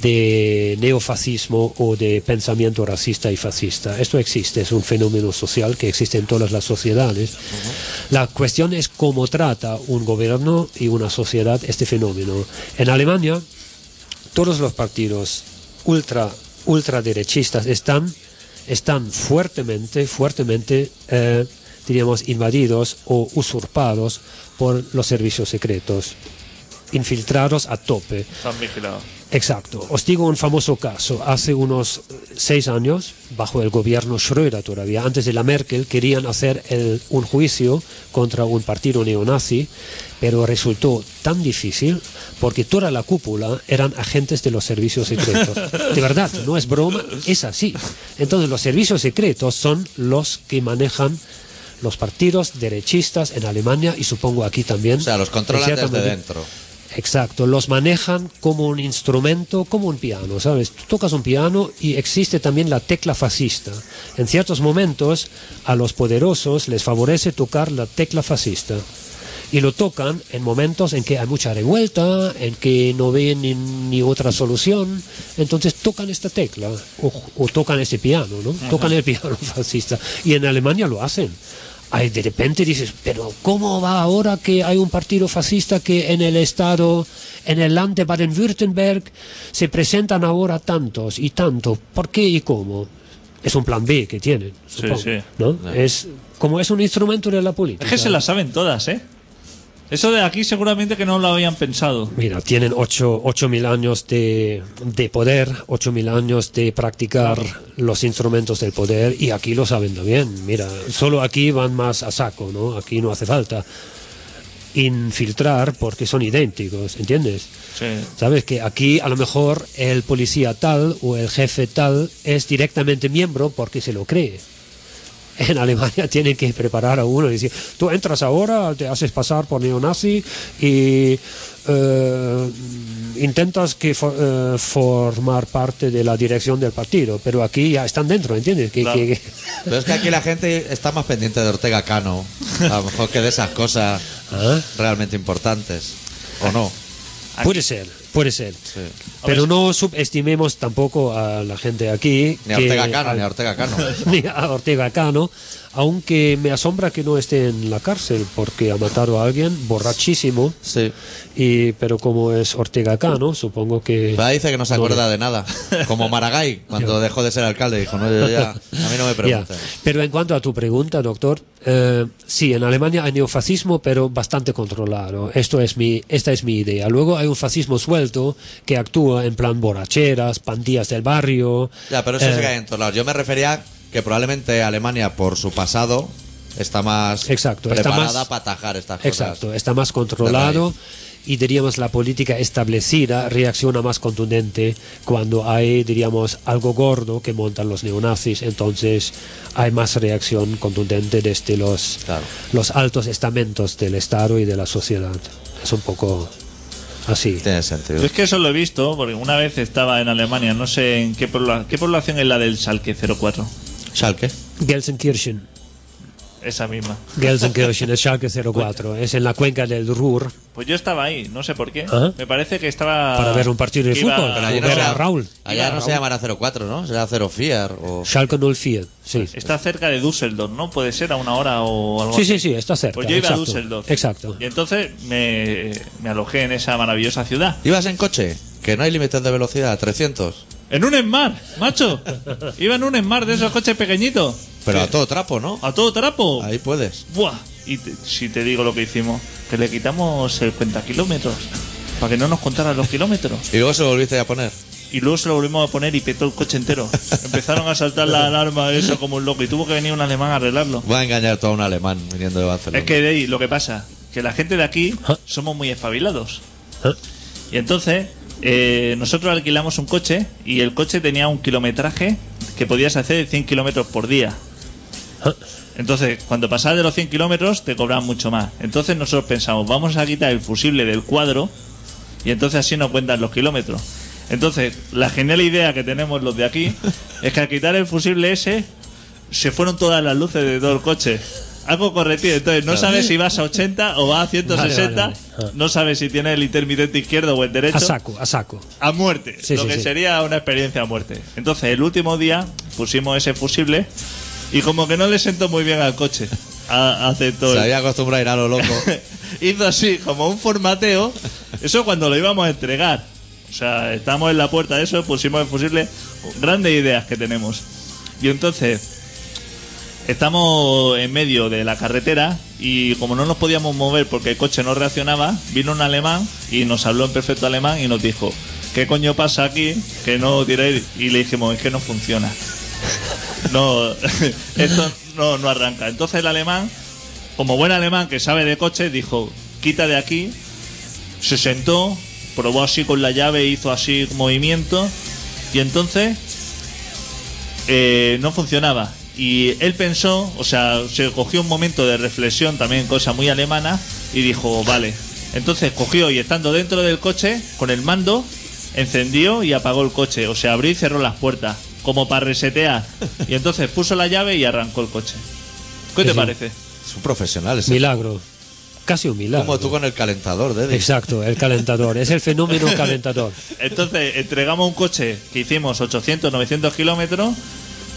D: de neofascismo o de pensamiento racista y fascista. Esto existe, es un fenómeno social que existe en todas las sociedades. La cuestión es cómo trata un gobierno y una sociedad este fenómeno. En Alemania, todos los partidos ultra ultraderechistas están están fuertemente fuertemente eh, diríamos invadidos o usurpados por los servicios secretos infiltrados a tope
B: Están vigilados.
D: Exacto. Os digo un famoso caso. Hace unos eh, seis años, bajo el gobierno Schröder todavía, antes de la Merkel, querían hacer el- un juicio contra un partido neonazi, pero resultó tan difícil porque toda la cúpula eran agentes de los servicios secretos. De verdad, no es broma, es así. Entonces los servicios secretos son los que manejan los partidos derechistas en Alemania y supongo aquí también.
A: O sea, los
D: en
A: controlan
D: cierta
A: desde
D: medida.
A: dentro.
D: Exacto, los manejan como un instrumento, como un piano, ¿sabes? Tú tocas un piano y existe también la tecla fascista. En ciertos momentos a los poderosos les favorece tocar la tecla fascista. Y lo tocan en momentos en que hay mucha revuelta, en que no ven ni, ni otra solución. Entonces tocan esta tecla o, o tocan este piano, ¿no? Tocan el piano fascista. Y en Alemania lo hacen. Ay, de repente dices, pero ¿cómo va ahora que hay un partido fascista que en el estado, en el land de Baden-Württemberg, se presentan ahora tantos y tanto? ¿Por qué y cómo? Es un plan B que tienen, supongo,
B: sí.
D: ¿no? Es como es un instrumento de la política.
B: Es que se la saben todas, ¿eh? Eso de aquí seguramente que no lo habían pensado.
D: Mira, tienen ocho- 8.000 años de, de poder, 8.000 años de practicar los instrumentos del poder y aquí lo saben también. Mira, solo aquí van más a saco, ¿no? Aquí no hace falta infiltrar porque son idénticos, ¿entiendes?
B: Sí.
D: Sabes que aquí a lo mejor el policía tal o el jefe tal es directamente miembro porque se lo cree. En Alemania tienen que preparar a uno y decir, tú entras ahora, te haces pasar por neonazi y eh, intentas que for- eh, formar parte de la dirección del partido, pero aquí ya están dentro, ¿entiendes? Que-
B: Claro.
D: que- que-
A: Pero es que aquí la gente está más pendiente de Ortega Cano, a lo mejor que de esas cosas
D: Ah.
A: realmente importantes. ¿O no?
D: Puede ser, puede ser.
A: Sí.
D: Pero no subestimemos tampoco a la gente aquí.
A: Ni a
D: que-
A: Ortega Cano,
D: al-
A: ni a Ortega Cano.
D: ni a Ortega Cano, aunque me asombra que no esté en la cárcel porque ha matado a alguien borrachísimo.
A: Sí.
D: Y, pero como es Ortega Cano, supongo que.
A: Pero ahí dice que no se acuerda de nada. Como Maragall, cuando dejó de ser alcalde, dijo, no, yo ya, a mí no me preguntan.
D: Ya. Pero en cuanto a tu pregunta, doctor, eh, sí, en Alemania hay neofascismo, pero bastante controlado. Esto es mi, esta es mi idea. Luego hay un fascismo suelto que actúa en plan borracheras, pandillas del barrio.
A: Ya, pero eso
D: eh,
A: se cae en todos lados. Yo me refería que probablemente Alemania, por su pasado, está más
D: Exacto, está
A: preparada
D: más-
A: para atajar estas cosas.
D: Exacto, está más controlado y diríamos la política establecida reacciona más contundente cuando hay, diríamos, algo gordo que montan los neonazis, entonces hay más reacción contundente desde los,
A: Claro.
D: los altos estamentos del Estado y de la sociedad. Es un poco así.
A: Tiene sentido.
B: Yo es que eso lo he visto, porque una vez estaba en Alemania, no sé en qué, pobla- qué población es la del Salque 04.
A: Schalke.
D: Gelsenkirchen.
B: Esa misma.
D: Gelsenkirchen, Schalke 04. Es en la cuenca del Ruhr
B: Pues yo estaba ahí, no sé por qué.
D: Ajá.
B: Me parece que estaba.
D: Ah. para ver un partido de
B: que iba-
D: fútbol.
B: Pero
D: Jugar
A: se
D: a
A: llama-
D: Raúl.
A: allá no se llamará 04, ¿no? Será 0 Fiar o...
D: Schalke 04. Sí.
B: Está cerca de Düsseldorf, ¿no? Puede ser a una hora o algo
D: Sí,
B: así.
D: sí, sí, está cerca.
B: Pues yo iba
D: exacto,
B: a Düsseldorf.
D: Exacto.
B: Y entonces me, me alojé en esa maravillosa ciudad.
A: ¿Ibas en coche? Que no hay límites de velocidad, 300.
B: En un esmar, macho. Iba en un esmar de esos coches pequeñitos.
A: Pero a todo trapo, ¿no?
B: A todo
D: Oh.
B: trapo.
A: Ahí puedes.
B: Buah. Y te- si te digo lo que hicimos, que le quitamos el cuenta kilómetros. Para que no nos contaran los kilómetros.
A: Y luego se lo volviste a poner.
B: Y luego se lo volvimos a poner y petó el coche entero. Empezaron a saltar la alarma, eso como un loco. Y tuvo que venir un alemán a arreglarlo.
A: Va a engañar todo a un alemán viniendo de Barcelona.
B: Es que de ahí lo que pasa, que la gente de aquí somos muy espabilados.
D: Ah,
B: Y entonces, eh, nosotros alquilamos un coche y el coche tenía un kilometraje que podías hacer 100 kilómetros por día.
D: ah.
B: Entonces, cuando pasabas de los 100 kilómetros, te cobraban mucho más. Entonces, nosotros pensamos, vamos a quitar el fusible del cuadro y entonces así no cuentan los kilómetros. Entonces, la genial idea que tenemos los de aquí es que al quitar el fusible ese, se fueron todas las luces de todo el coche. Algo correctivo, entonces no sabes si vas a 80 o vas a 160,
D: Vale, Ah. vale, vale.
B: no sabes si tienes el intermitente izquierdo o el derecho.
D: A saco, a saco.
B: A muerte,
D: Sí,
B: lo
D: sí,
B: que
D: sí.
B: sería una experiencia a muerte. Entonces, el último día pusimos ese fusible y como que no le sentó muy bien al coche. A, hace todo
A: Se
B: el-
A: había acostumbrado a ir a lo loco.
B: Hizo así, como un formateo. Eso cuando lo íbamos a entregar. O sea, estábamos en la puerta de eso, pusimos el fusible. Grandes ideas que tenemos. Y entonces, estamos en medio de la carretera y como no nos podíamos mover porque el coche no reaccionaba, vino un alemán y nos habló en perfecto alemán y nos dijo, ¿qué coño pasa aquí? Que no tiráis. Y le dijimos, es que no funciona. No, esto no, no arranca. Entonces el alemán, como buen alemán que sabe de coches, dijo, quita de aquí. Se sentó, probó así con la llave, hizo así movimiento. Y entonces eh, no funcionaba. Y él pensó, o sea, se cogió un momento de reflexión, también cosa muy alemana, y dijo, vale. Entonces cogió y estando dentro del coche, con el mando, encendió y apagó el coche. O sea, abrió y cerró las puertas, como para resetear. Y entonces puso la llave y arrancó el coche. ¿Qué te
D: Sí.
B: parece?
A: Es un profesional ese.
D: Milagro. Casi un milagro.
A: Como tú con el calentador, Deddy.
D: Exacto, el calentador. Es el fenómeno calentador.
B: Entonces entregamos un coche que hicimos 800, 900 kilómetros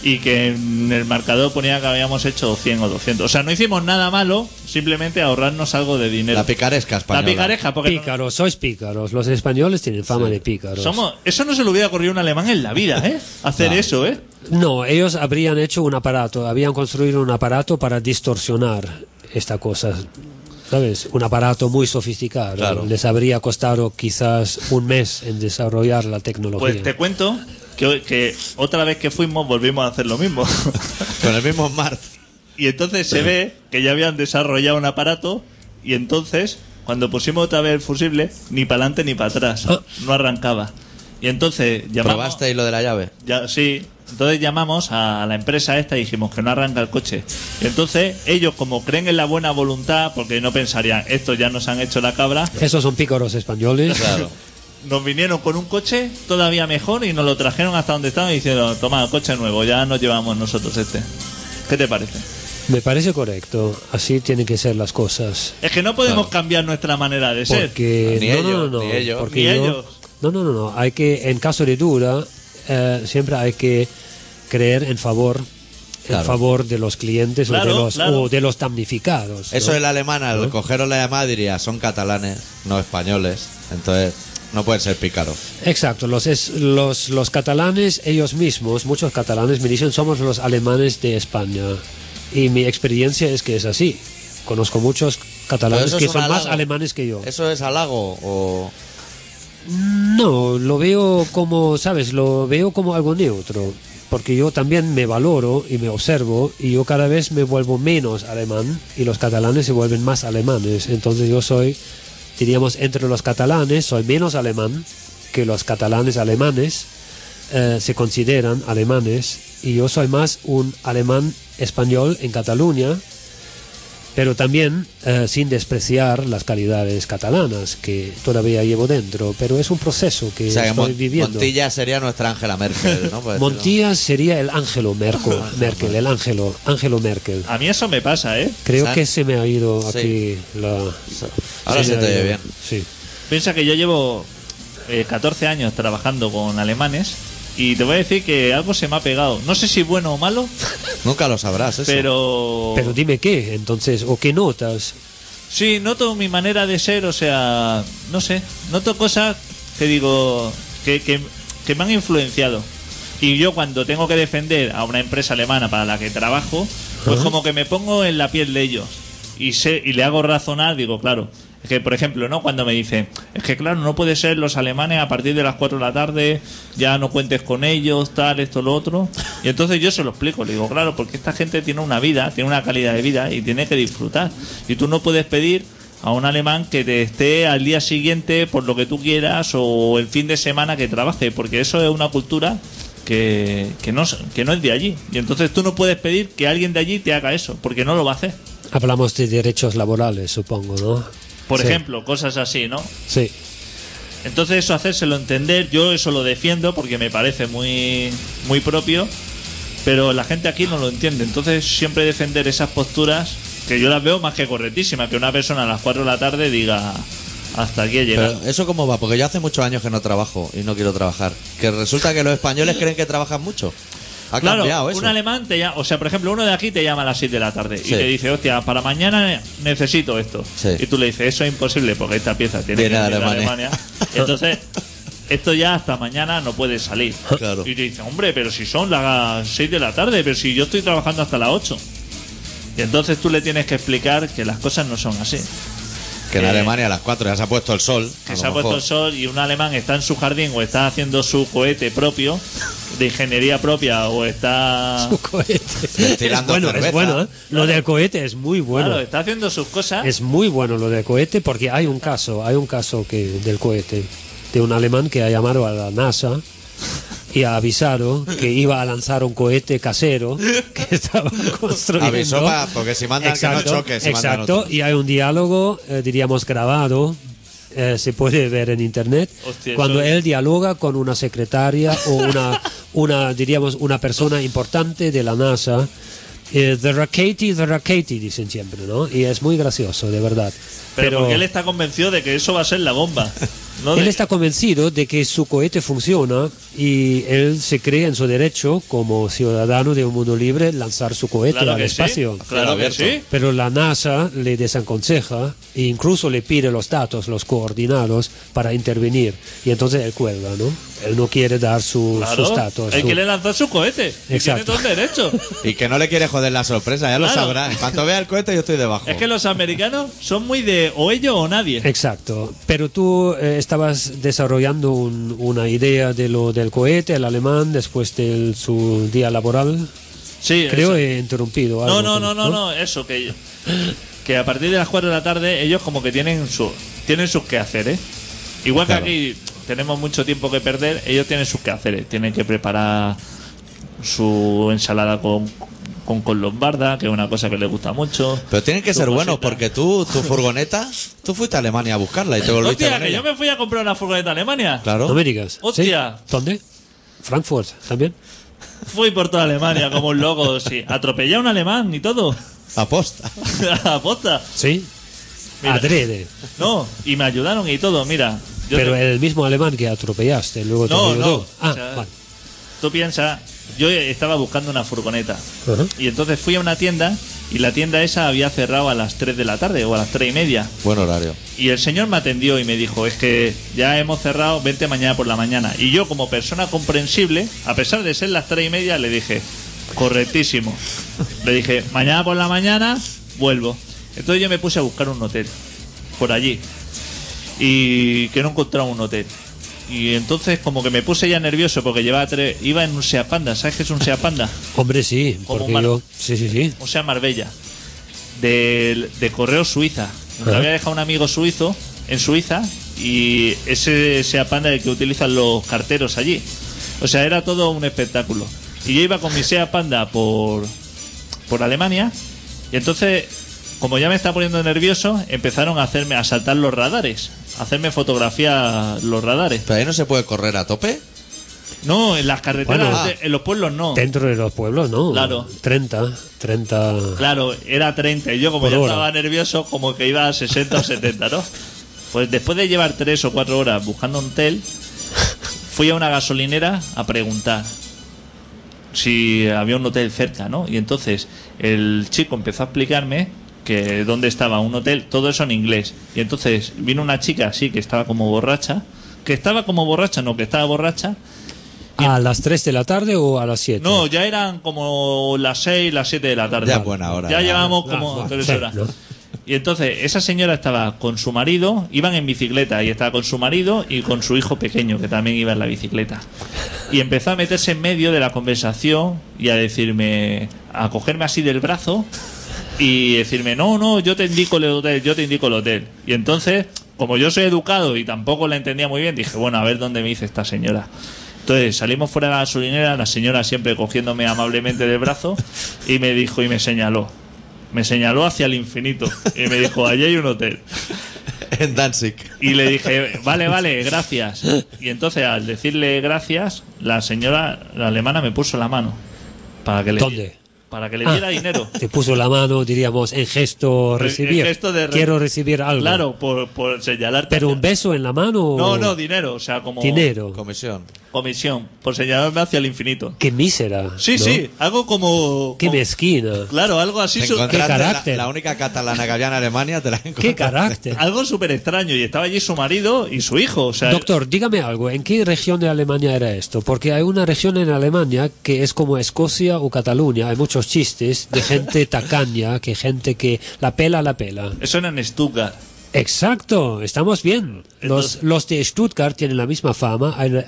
B: y que en el marcador ponía que habíamos hecho 100 o 200. O sea, no hicimos nada malo, simplemente ahorrarnos algo de dinero.
A: La picaresca
B: La
A: española.
B: picareja, Ah, porque no-
D: Pícaros, sois pícaros. Los españoles tienen fama de pícaros.
B: somos, eso no se le hubiera ocurrido a un alemán en la vida, ¿eh? Hacer eso, ¿eh?
D: No, ellos habrían hecho un aparato, habían construido un aparato para distorsionar esta cosa. ¿Sabes? Un aparato muy sofisticado.
A: Claro.
D: Les habría costado quizás un mes en desarrollar la tecnología.
B: Pues te cuento que, que otra vez que fuimos volvimos a hacer lo mismo.
A: Con el mismo Mart.
B: Y entonces se ve que ya habían desarrollado un aparato y entonces, cuando pusimos otra vez el fusible, ni para adelante ni para atrás, no arrancaba. Y entonces llamamos...
A: ¿Probaste y lo de la llave?
B: Ya, sí. Entonces llamamos a la empresa esta y dijimos que no arranca el coche. Y entonces ellos, como creen en la buena voluntad, porque no pensarían, estos ya nos han hecho la cabra,
D: Esos son pícaros españoles.
A: Claro.
B: nos vinieron con un coche todavía mejor y nos lo trajeron hasta donde estaban y dijeron, toma, coche nuevo, ya nos llevamos nosotros este. ¿Qué te parece?
D: Me parece correcto. Así tienen que ser las cosas.
B: Es que no podemos cambiar nuestra manera de ser.
D: Porque
A: Ah, Ni
D: no,
A: ellos,
D: no, no, no,
A: ni ellos.
D: porque
B: Ni
D: yo-
B: ellos.
D: No, no, no, no. Hay que, en caso de duda, eh, siempre hay que creer en favor,
A: Claro.
D: en favor de los clientes o,
B: Claro,
D: de los,
B: claro.
D: o de los damnificados. ¿no?
A: Eso es la alemana, al cogeros la llamada diría, son catalanes, no españoles. Entonces, no pueden ser pícaros.
D: Exacto. Los, es, los, los catalanes, ellos mismos, muchos catalanes me dicen somos los alemanes de España. Y mi experiencia es que es así. Conozco muchos
A: Pero
D: catalanes
A: eso
D: que
A: es un
D: son más
A: halago.
D: alemanes que yo.
A: ¿Eso es halago o...?
D: No, lo veo como, ¿sabes? Lo veo como algo neutro. Porque yo también me valoro y me observo y yo cada vez me vuelvo menos alemán y los catalanes se vuelven más alemanes. Entonces yo soy, diríamos, entre los catalanes soy menos alemán que los catalanes alemanes eh, se consideran alemanes y yo soy más un alemán español en Cataluña pero también eh, sin despreciar las calidades catalanas que todavía llevo dentro, pero es un proceso que
A: O sea, que
D: estoy
A: Mon-
D: viviendo.
A: Montilla sería nuestra Angela Merkel, ¿no? Pues,
D: Montilla sería el Ángelo Merkel, Merkel, el Ángelo, Ángelo Merkel.
B: A mí eso me pasa, ¿eh?
D: Creo
A: San-
D: que se me ha ido
A: Sí.
D: aquí la...
A: Ahora
D: se
A: se
D: me
A: te
D: ha
A: oye
D: ido.
A: bien.
D: Sí.
B: Piensa que yo llevo eh, 14 años trabajando con alemanes y te voy a decir que algo se me ha pegado. No sé si bueno o malo,
A: Nunca lo sabrás, eso.
B: pero...
A: Oh.
D: Pero dime qué, entonces, o qué notas.
B: Sí, noto mi manera de ser, o sea, no sé, noto cosas que digo, que, que- que me han influenciado. Y yo cuando tengo que defender a una empresa alemana para la que trabajo, pues como que me pongo en la piel de ellos y sé y le hago razonar, digo, claro, es que por ejemplo, ¿no? Cuando me dicen, es que claro, no puede ser los alemanes a partir de las 4 de la tarde, ya no cuentes con ellos, tal, esto, lo otro. Y entonces yo se lo explico, le digo, claro, porque esta gente tiene una vida, tiene una calidad de vida y tiene que disfrutar. Y tú no puedes pedir a un alemán que te esté al día siguiente por lo que tú quieras o el fin de semana que trabaje, porque eso es una cultura que, que no, es- que no es de allí. Y entonces tú no puedes pedir que alguien de allí te haga eso, porque no lo va a hacer.
D: Hablamos de derechos laborales, supongo, ¿no?
B: Por
D: Sí,
B: ejemplo, cosas así, ¿no?
D: Sí.
B: Entonces eso hacérselo entender, yo eso lo defiendo porque me parece muy, muy propio, pero la gente aquí no lo entiende. Entonces siempre defender esas posturas, que yo las veo más que correctísimas, que una persona a las 4 de la tarde diga, hasta aquí he llegado.
A: Pero eso cómo va, porque yo hace muchos años que no trabajo y no quiero trabajar. Que resulta que los españoles creen que trabajan mucho. Ha
B: Claro,
A: cambiado eso.
B: un alemán te llama, o sea, por ejemplo, uno de aquí te llama a las 6 de la tarde y
A: Sí.
B: te dice, hostia, para mañana necesito esto.
A: Sí.
B: Y tú le dices, eso es imposible porque esta pieza tiene
A: Viene
B: que
A: de
B: venir de
A: Alemania".
B: Alemania. Entonces, esto ya hasta mañana no puede salir.
A: Claro.
B: Y te dice, hombre, pero si son las 6 de la tarde, pero si yo estoy trabajando hasta las 8. Y entonces tú le tienes que explicar que las cosas no son así.
A: Que en
B: Eh,
A: Alemania a las 4 ya se ha puesto el sol. a
B: Que
A: lo
B: se ha puesto
A: mejor.
B: el sol y un alemán está en su jardín o está haciendo su cohete propio, de ingeniería propia, o está...
D: Su cohete.
A: Destilando
D: es bueno,
A: cerveza.
D: es bueno, ¿eh? Lo del cohete es muy bueno.
B: Claro, está haciendo sus cosas.
D: Es muy bueno lo del cohete porque hay un caso, hay un caso que del cohete de un alemán que ha llamado a la NASA y ha avisado que iba a lanzar un cohete casero que estaba construyendo.
A: Avisó pa- porque si mandan que no choque, si mandan
D: exacto,
A: otro.
D: y hay un diálogo, eh, diríamos grabado. eh, se puede ver en internet
B: Hostia,
D: cuando
B: eso-
D: él dialoga con una secretaria o una, una diríamos una persona importante de la NASA eh, the Raketi, the Raketi dicen siempre, ¿no? Y es muy gracioso, de verdad.
B: Pero, porque él está convencido de que eso va a ser la bomba. ¿no?
D: Él
B: De-
D: está convencido de que su cohete funciona y él se cree en su derecho como ciudadano de un mundo libre lanzar su cohete
B: claro
D: al
B: que
D: espacio.
B: Sí, claro que
A: Abierto.
B: sí.
D: Pero la NASA le desaconseja e incluso le pide los datos, los coordinados para intervenir. Y entonces él cuelga, ¿no? Él no quiere dar su-
B: Claro,
D: sus datos.
B: Él
D: su-
B: quiere lanzar su cohete. Y tiene
D: Exacto.
B: todo el derecho.
A: Y que no le quiere joder la sorpresa, ya lo
B: Claro.
A: sabrá. En cuanto vea el cohete, yo estoy debajo.
B: es que los americanos son muy de o ellos o
D: Eh,
B: nadie.
D: Exacto, pero tú eh, estabas desarrollando un- una idea de lo del cohete, el alemán, después de su día laboral.
B: Sí,
D: Creo
B: eso.
D: he interrumpido.
B: No,
D: algo
B: no,
A: pues
D: con-
B: no, no, no, eso, que, que a partir de las 4 de la tarde ellos como que tienen, su, tienen sus quehaceres. Igual
A: Claro.
B: que aquí tenemos mucho tiempo que perder, ellos tienen sus quehaceres. Tienen que preparar su ensalada con, con, con lombarda, que es una cosa que les gusta mucho.
A: Pero tienen que
B: Su
A: ser buenos
B: cosita.
A: porque tú, tu furgoneta, tú fuiste a Alemania a buscarla y te volviste
B: Hostia,
A: con
B: que
A: ella.
B: yo me fui a comprar una furgoneta a Alemania.
A: Claro.
D: No me digas.
B: Hostia.
D: ¿Sí? ¿Dónde? Frankfurt, también.
B: Fui por toda Alemania como un loco, sí. Atropellé a un alemán y todo.
A: Aposta.
B: Aposta.
D: Sí.
B: Mira.
D: Adrede.
B: No, y me ayudaron y todo, mira. Yo
D: Pero
B: te-
D: el mismo alemán que atropellaste luego te
B: No,
D: ayudó.
B: no.
D: Ah,
B: O sea,
D: vale.
B: Tú piensas, yo estaba buscando una furgoneta.
D: Ajá.
B: Y entonces fui a una tienda y la tienda esa había cerrado a las 3 de la tarde o a las 3 y media.
A: Buen horario.
B: Y el señor me atendió y me dijo, es que ya hemos cerrado, vente mañana por la mañana. Y yo como persona comprensible, a pesar de ser las tres y media, le dije, correctísimo. Le dije, mañana por la mañana vuelvo. Entonces yo me puse a buscar un hotel, por allí. Y que no encontraba un hotel. Y entonces como que me puse ya nervioso porque llevaba tres, iba en un Seat Panda, ¿sabes qué es un Seat Panda?
D: Hombre, sí,
B: Como
D: porque
B: un
D: yo.
B: mar-
D: Sí, sí, sí.
B: o sea, Marbella, de, de Correo Suiza. Lo
D: Ajá.
B: había dejado un amigo suizo en Suiza y ese sea panda el que utilizan los carteros allí. O sea, era todo un espectáculo. Y yo iba con mi sea panda por, por Alemania y entonces como ya me está poniendo nervioso, empezaron a hacerme, a saltar los radares, a hacerme fotografía los radares.
A: Pero ahí no se puede correr a tope.
B: No, en las carreteras,
A: Bueno, ah.
B: de- en los pueblos no.
D: Dentro de los pueblos, ¿no?
B: Claro.
D: 30, 30.
B: Claro, era 30 y yo como
D: Por
B: ya
D: hora.
B: estaba nervioso, como que iba a 60 o 70, ¿no? Pues después de llevar 3 o 4 horas buscando un tel, fui a una gasolinera a preguntar si había un hotel cerca, ¿no? Y entonces el chico empezó a explicarme que dónde estaba un hotel, todo eso en inglés. Y entonces vino una chica así que estaba como borracha, que estaba como borracha, no, que estaba borracha,
D: ¿A las 3 de la tarde o a las 7?
B: no, ya eran como las 6, las 7 de la tarde.
A: Ya es buena hora,
B: Ya
A: ya.
B: llevábamos
D: Ah,
B: como
D: bueno,
B: tres
D: sí,
B: horas.
D: ¿no?
B: Y entonces, esa señora estaba con su marido, iban en bicicleta, y estaba con su marido y con su hijo pequeño, que también iba en la bicicleta. Y empezó a meterse en medio de la conversación y a decirme, a cogerme así del brazo y decirme, no, no, yo te indico el hotel, yo te indico el hotel. Y entonces, como yo soy educado y tampoco la entendía muy bien, dije, bueno, a ver dónde me dice esta señora. Entonces salimos fuera de la gasolinera, la señora siempre cogiéndome amablemente del brazo y me dijo y me señaló. Me señaló hacia el infinito y me dijo, allí hay un hotel.
A: En Danzig.
B: Y le dije, vale, vale, gracias. Y entonces al decirle gracias, la señora, la alemana, me puso la mano. Para que le,
D: ¿Dónde?
B: Para que le
D: Ah.
B: diera dinero.
D: Te puso la mano, diríamos, en gesto recibir.
B: El gesto de re-
D: Quiero recibir algo.
B: Claro, por, por señalarte.
D: Pero un
B: hacia-
D: beso en la mano.
B: No,
D: o
B: no, dinero. O sea, como.
D: Dinero.
A: Comisión.
B: Comisión. Por señalarme hacia el infinito.
D: Qué mísera.
B: Sí,
D: ¿no?
B: sí. Algo como.
D: Qué
B: como-
D: mezquina.
B: Claro, algo así.
A: Te
B: su-
A: encontraste la-
D: carácter.
A: La, única catalana que había en Alemania, te la
D: Qué
A: encontraste.
D: carácter.
B: Algo súper extraño. Y estaba allí su marido y su hijo. O sea,
D: Doctor, dígame algo, ¿en qué región de Alemania era esto? Porque hay una región en Alemania que es como Escocia o Cataluña, hay muchos chistes de gente tacaña, que gente que la pela, la pela.
B: eso era en Stuttgart.
D: Exacto, estamos bien. Los,
B: Entonces-
D: los de Stuttgart tienen la misma fama. Hay-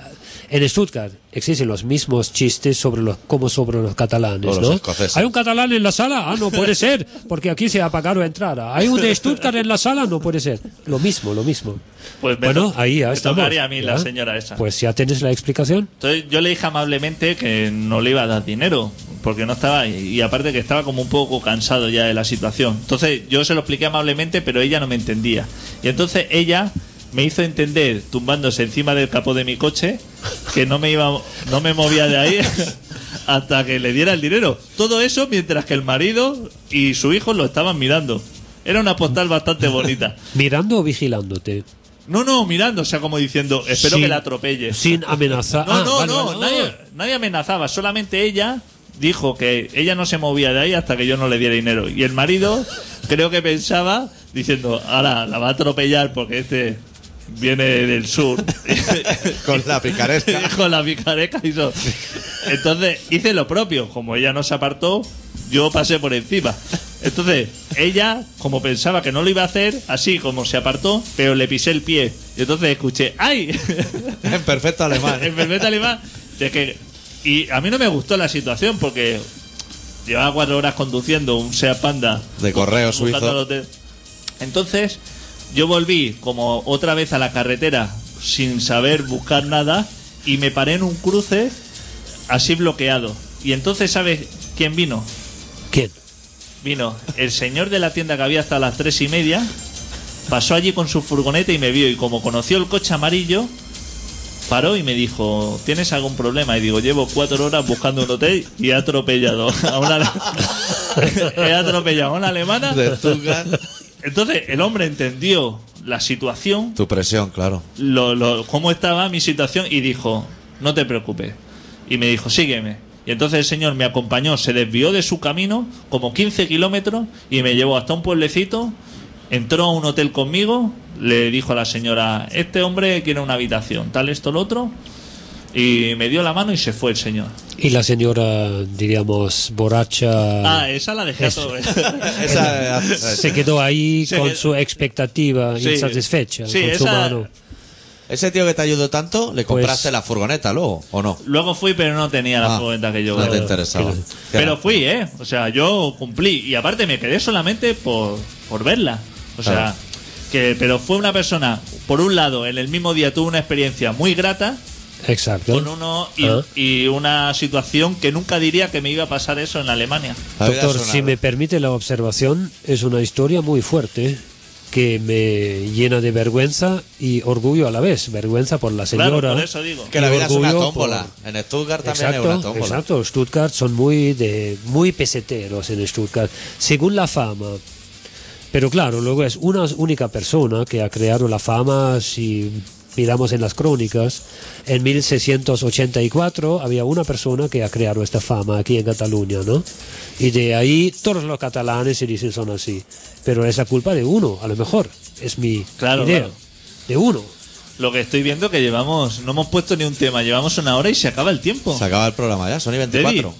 D: En Stuttgart existen los mismos chistes sobre los, como sobre los catalanes.
A: O los
D: ¿no?
A: escoceses.
D: ¿Hay un catalán en la sala? Ah, no puede ser, porque aquí se ha pagado entrada. ¿Hay un de Stuttgart en la sala? No puede ser. Lo mismo, lo mismo.
B: Pues me
D: bueno,
B: to-
D: ahí ya
B: me
D: estamos.
B: tocaría a mí la
D: ¿ya?
B: señora esa.
D: Pues ya tienes la explicación.
B: Entonces yo le dije amablemente que no le iba a dar dinero, porque no estaba, y, y aparte que estaba como un poco cansado ya de la situación. Entonces yo se lo expliqué amablemente, pero ella no me entendía. Y entonces ella me hizo entender, tumbándose encima del capó de mi coche, que no me iba, no me movía de ahí hasta que le diera el dinero. Todo eso mientras que el marido y su hijo lo estaban mirando. Era una postal bastante bonita.
D: ¿Mirando o vigilándote?
B: No, no, mirando, o sea, como diciendo, espero
D: Sin-
B: que la atropelle.
D: Sin amenazar.
B: No,
D: Ah,
B: no,
D: vale,
B: no,
D: vale.
B: Nadie, nadie amenazaba, solamente ella dijo que ella no se movía de ahí hasta que yo no le diera dinero. Y el marido creo que pensaba diciendo, ahora la va a atropellar porque este viene del sur.
A: Con la picaresca.
B: Con la picareca y eso. Entonces hice lo propio, como ella no se apartó, yo pasé por encima. Entonces, ella, como pensaba que no lo iba a hacer, así como se apartó, pero le pisé el pie. Y entonces escuché, ¡ay!
A: En perfecto
B: en
A: alemán.
B: perfecto alemán de que y a mí no me gustó la situación porque llevaba cuatro horas conduciendo un Seat Panda
A: De correo
B: buscando el
A: suizo.
B: hotel. entonces yo volví como otra vez a la carretera sin saber buscar nada y me paré en un cruce así bloqueado y entonces sabes quién vino
D: ¿Quién?
B: vino el señor de la tienda que había hasta las tres y media, pasó allí con su furgoneta y me vio. Y como conoció el coche amarillo, paró y me dijo, ¿tienes algún problema? Y digo, llevo cuatro horas buscando un hotel y he atropellado a una, ale- he atropellado a una alemana.
A: De Stuttgart.
B: Entonces el hombre entendió la situación
A: Tu presión, claro.
B: lo, lo- cómo estaba mi situación y dijo, no te preocupes. Y me dijo, sígueme. Y entonces el señor me acompañó, se desvió de su camino como 15 kilómetros y me llevó hasta un pueblecito, entró a un hotel conmigo, le dijo a la señora, este hombre quiere una habitación, tal, esto, lo otro, y me dio la mano y se fue el señor.
D: Y la señora, diríamos, borracha.
B: Ah, esa la dejé a todo.
A: Esa, eh,
D: se quedó ahí
B: Se
D: con
B: quedó-
D: su expectativa
B: Sí.
D: insatisfecha,
B: Sí,
D: con su
B: esa-
D: mano.
A: ese tío que te ayudó tanto, le compraste
D: Pues-
A: la furgoneta luego, ¿o no?
B: Luego fui, pero no tenía la
A: Ah,
B: furgoneta que yo
A: No te interesaba.
D: Claro.
B: Pero fui, ¿eh? O sea, yo cumplí. Y aparte me quedé solamente por, por verla. O sea,
A: Claro.
B: que, pero fue una persona, por un lado, en el mismo día tuvo una experiencia muy grata
D: Exacto.
B: con uno y,
D: Ah.
B: y una situación que nunca diría que me iba a pasar eso en Alemania.
A: La vida
D: Doctor,
A: es una-
D: si me permite la observación, es una historia muy fuerte que me llena de vergüenza y orgullo a la vez. Vergüenza por la señora.
B: Claro, por eso digo.
A: Que la
D: y
A: vida es una
D: orgullo
A: tómbola.
D: por-
A: En Stuttgart también es una
D: pues, Exacto,
A: tómbola.
D: exacto. Stuttgart son muy de muy peseteros en Stuttgart, según la fama. Pero claro, luego es una única persona que ha creado la fama si miramos en las crónicas. En 1684 había una persona que ha creado esta fama aquí en Cataluña, ¿no? Y de ahí todos los catalanes se dicen son así. Pero es la culpa de uno, a lo mejor. Es mi
B: Claro,
D: idea.
B: claro.
D: De uno.
B: Lo que estoy viendo que llevamos, no hemos puesto ni un tema, llevamos una hora y se acaba el tiempo.
A: Se acaba el programa ya, son y 24.
B: Debbie.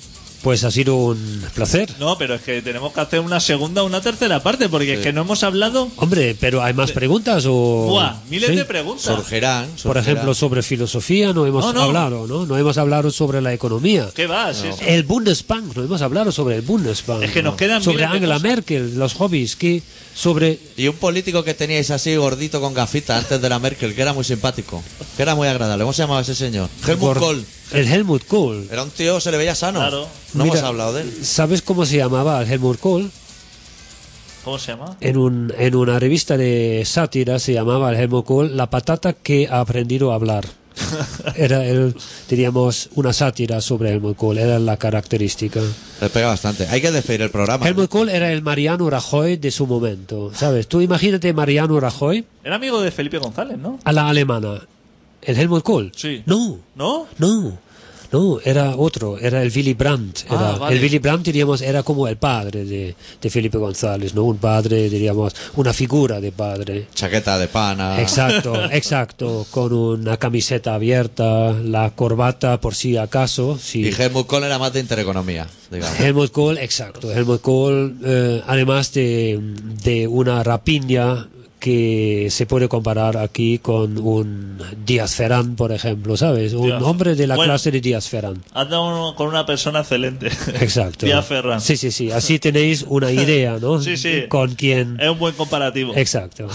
D: Pues ha sido un placer.
B: No, pero es que tenemos que hacer una segunda, una tercera parte, porque es que no hemos hablado,
D: Hombre, pero hay más preguntas o...
B: buah, miles
D: Oh. Sí.
B: de preguntas.
A: Surgirán,
D: Por
A: surgirán.
D: ejemplo, sobre filosofía no hemos
B: No, no.
D: hablado, ¿no? No hemos hablado sobre la economía.
B: ¿Qué va? Si es-
D: El Bundesbank, no hemos hablado sobre el Bundesbank.
B: Es que nos
D: ¿no?
B: quedan
D: Sobre
B: miles de
D: Angela
B: cosas.
D: Merkel, los hobbies, que sobre...
A: Y un político que teníais así gordito con gafitas antes de la Merkel, que era muy simpático, que era muy agradable. ¿Cómo se llamaba ese señor? Helmut
D: por-
A: Kohl.
D: El Helmut Kohl.
A: Era un tío, se le veía sano.
B: Claro.
A: No hemos
D: Mira,
A: hablado de él.
D: ¿Sabes cómo se llamaba el Helmut Kohl?
B: ¿Cómo se llama?
D: En, un, en una revista de sátira se llamaba el Helmut Kohl la patata que ha aprendido a hablar. Era, el, diríamos, una sátira sobre Helmut Kohl, era la característica.
A: Le pega bastante. Hay que despedir el programa. ¿eh?
D: Helmut Kohl era el Mariano Rajoy de su momento, ¿sabes? Tú imagínate Mariano Rajoy
B: Era amigo de Felipe González, ¿no?
D: a la alemana. ¿El Helmut Kohl?
B: Sí.
D: No,
B: ¿No?
D: no, no, era otro, era el Willy Brandt. era-
B: Ah, vale.
D: El Willy Brandt, diríamos, era como el padre de, de Felipe González, ¿no? Un padre, diríamos, una figura de padre.
A: Chaqueta de
B: Ah.
A: pana.
D: Exacto, exacto, con una camiseta abierta, la corbata por si acaso. Si
A: Y Helmut Kohl era más de intereconomía, digamos.
D: Helmut Kohl, exacto. Helmut Kohl, eh, además de, de una rapiña que se puede comparar aquí con un Díaz Ferán, por ejemplo, ¿sabes? Un
B: Díaz.
D: hombre de la
B: Bueno.
D: clase de Díaz Ferán.
B: Has dado uno- con una persona excelente.
D: Exacto.
B: Díaz Ferran.
D: Sí, sí, sí. Así tenéis una idea, ¿no?
B: Sí, sí.
D: Con quién.
B: Es un buen comparativo.
D: Exacto.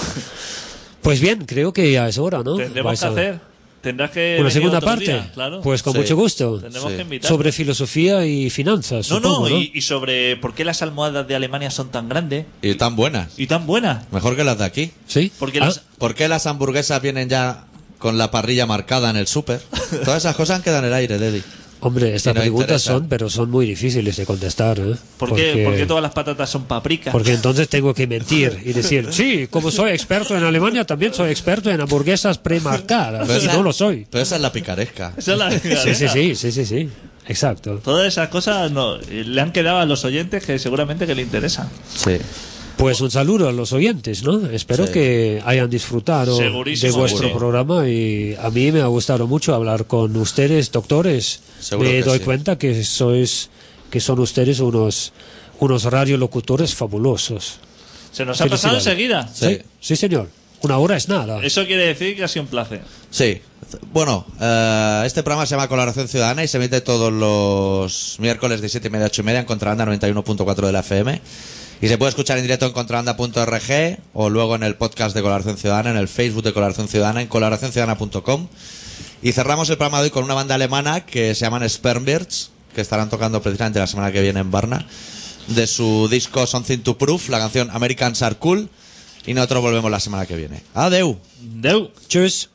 D: Pues bien, creo que ya es hora, ¿no?
B: Tendremos
D: Vais
B: que
D: a-
B: hacer. Tendrás que.
D: Una
B: venir
D: segunda
B: otro
D: parte.
B: día, claro.
D: Pues con
A: Sí.
D: mucho gusto.
B: Tendremos
A: Sí.
B: que invitar.
D: Sobre filosofía y finanzas.
B: no,
D: supongo,
B: no, Y, y sobre por qué las almohadas de Alemania son tan grandes
A: Y tan buenas.
B: y tan buenas.
A: Mejor que las de aquí.
D: ¿Sí?
B: Porque
D: Ah,
B: las-
A: ¿Por qué las hamburguesas vienen ya con la parrilla marcada en el súper? Todas esas cosas quedan en el aire, Deddy.
D: Hombre, estas
A: no
D: preguntas
A: interesa.
D: son, pero son muy difíciles de contestar. ¿eh?
B: ¿Por qué, por qué todas las patatas son papricas?
D: porque entonces tengo que mentir y decir, sí, como soy experto en Alemania, también soy experto en hamburguesas premarcadas. Y no lo soy.
A: Pero esa es la picaresca.
B: Esa es la
D: Sí, sí,
B: verdad.
D: sí, sí, sí, sí. Exacto.
B: Todas esas cosas no, le han quedado a los oyentes que seguramente que le interesan.
A: Sí.
D: Pues un saludo a los oyentes, ¿no? Espero
A: Sí.
D: que hayan disfrutado
B: Segurísimo,
D: de vuestro
B: seguro.
D: programa y a mí me ha gustado mucho hablar con ustedes, doctores.
A: Seguro
D: me
A: que
D: doy
A: sí.
D: cuenta que sois, que son ustedes unos, unos radiolocutores fabulosos.
B: Se nos ha pasado enseguida.
D: Felicidades.
A: Sí.
D: Sí, sí, señor. Una hora es nada.
B: Eso quiere decir que ha sido un placer.
A: Sí. Bueno, eh, este programa se llama Colaboración Ciudadana y se emite todos los miércoles de 7 y media a 8 y media en Contrabanda 91.4 de la FM. Y se puede escuchar en directo en contrabanda.org o luego en el podcast de Colaboración Ciudadana, en el Facebook de Colaboración Ciudadana, en colaboracionciudadana.com. Y cerramos el programa de hoy con una banda alemana que se llaman Spermbirds, que estarán tocando precisamente la semana que viene en Varna, de su disco Something to Proof, la canción Americans Are Cool. Y nosotros volvemos la semana que viene. Adeu.
B: Deu.
D: Tschüss.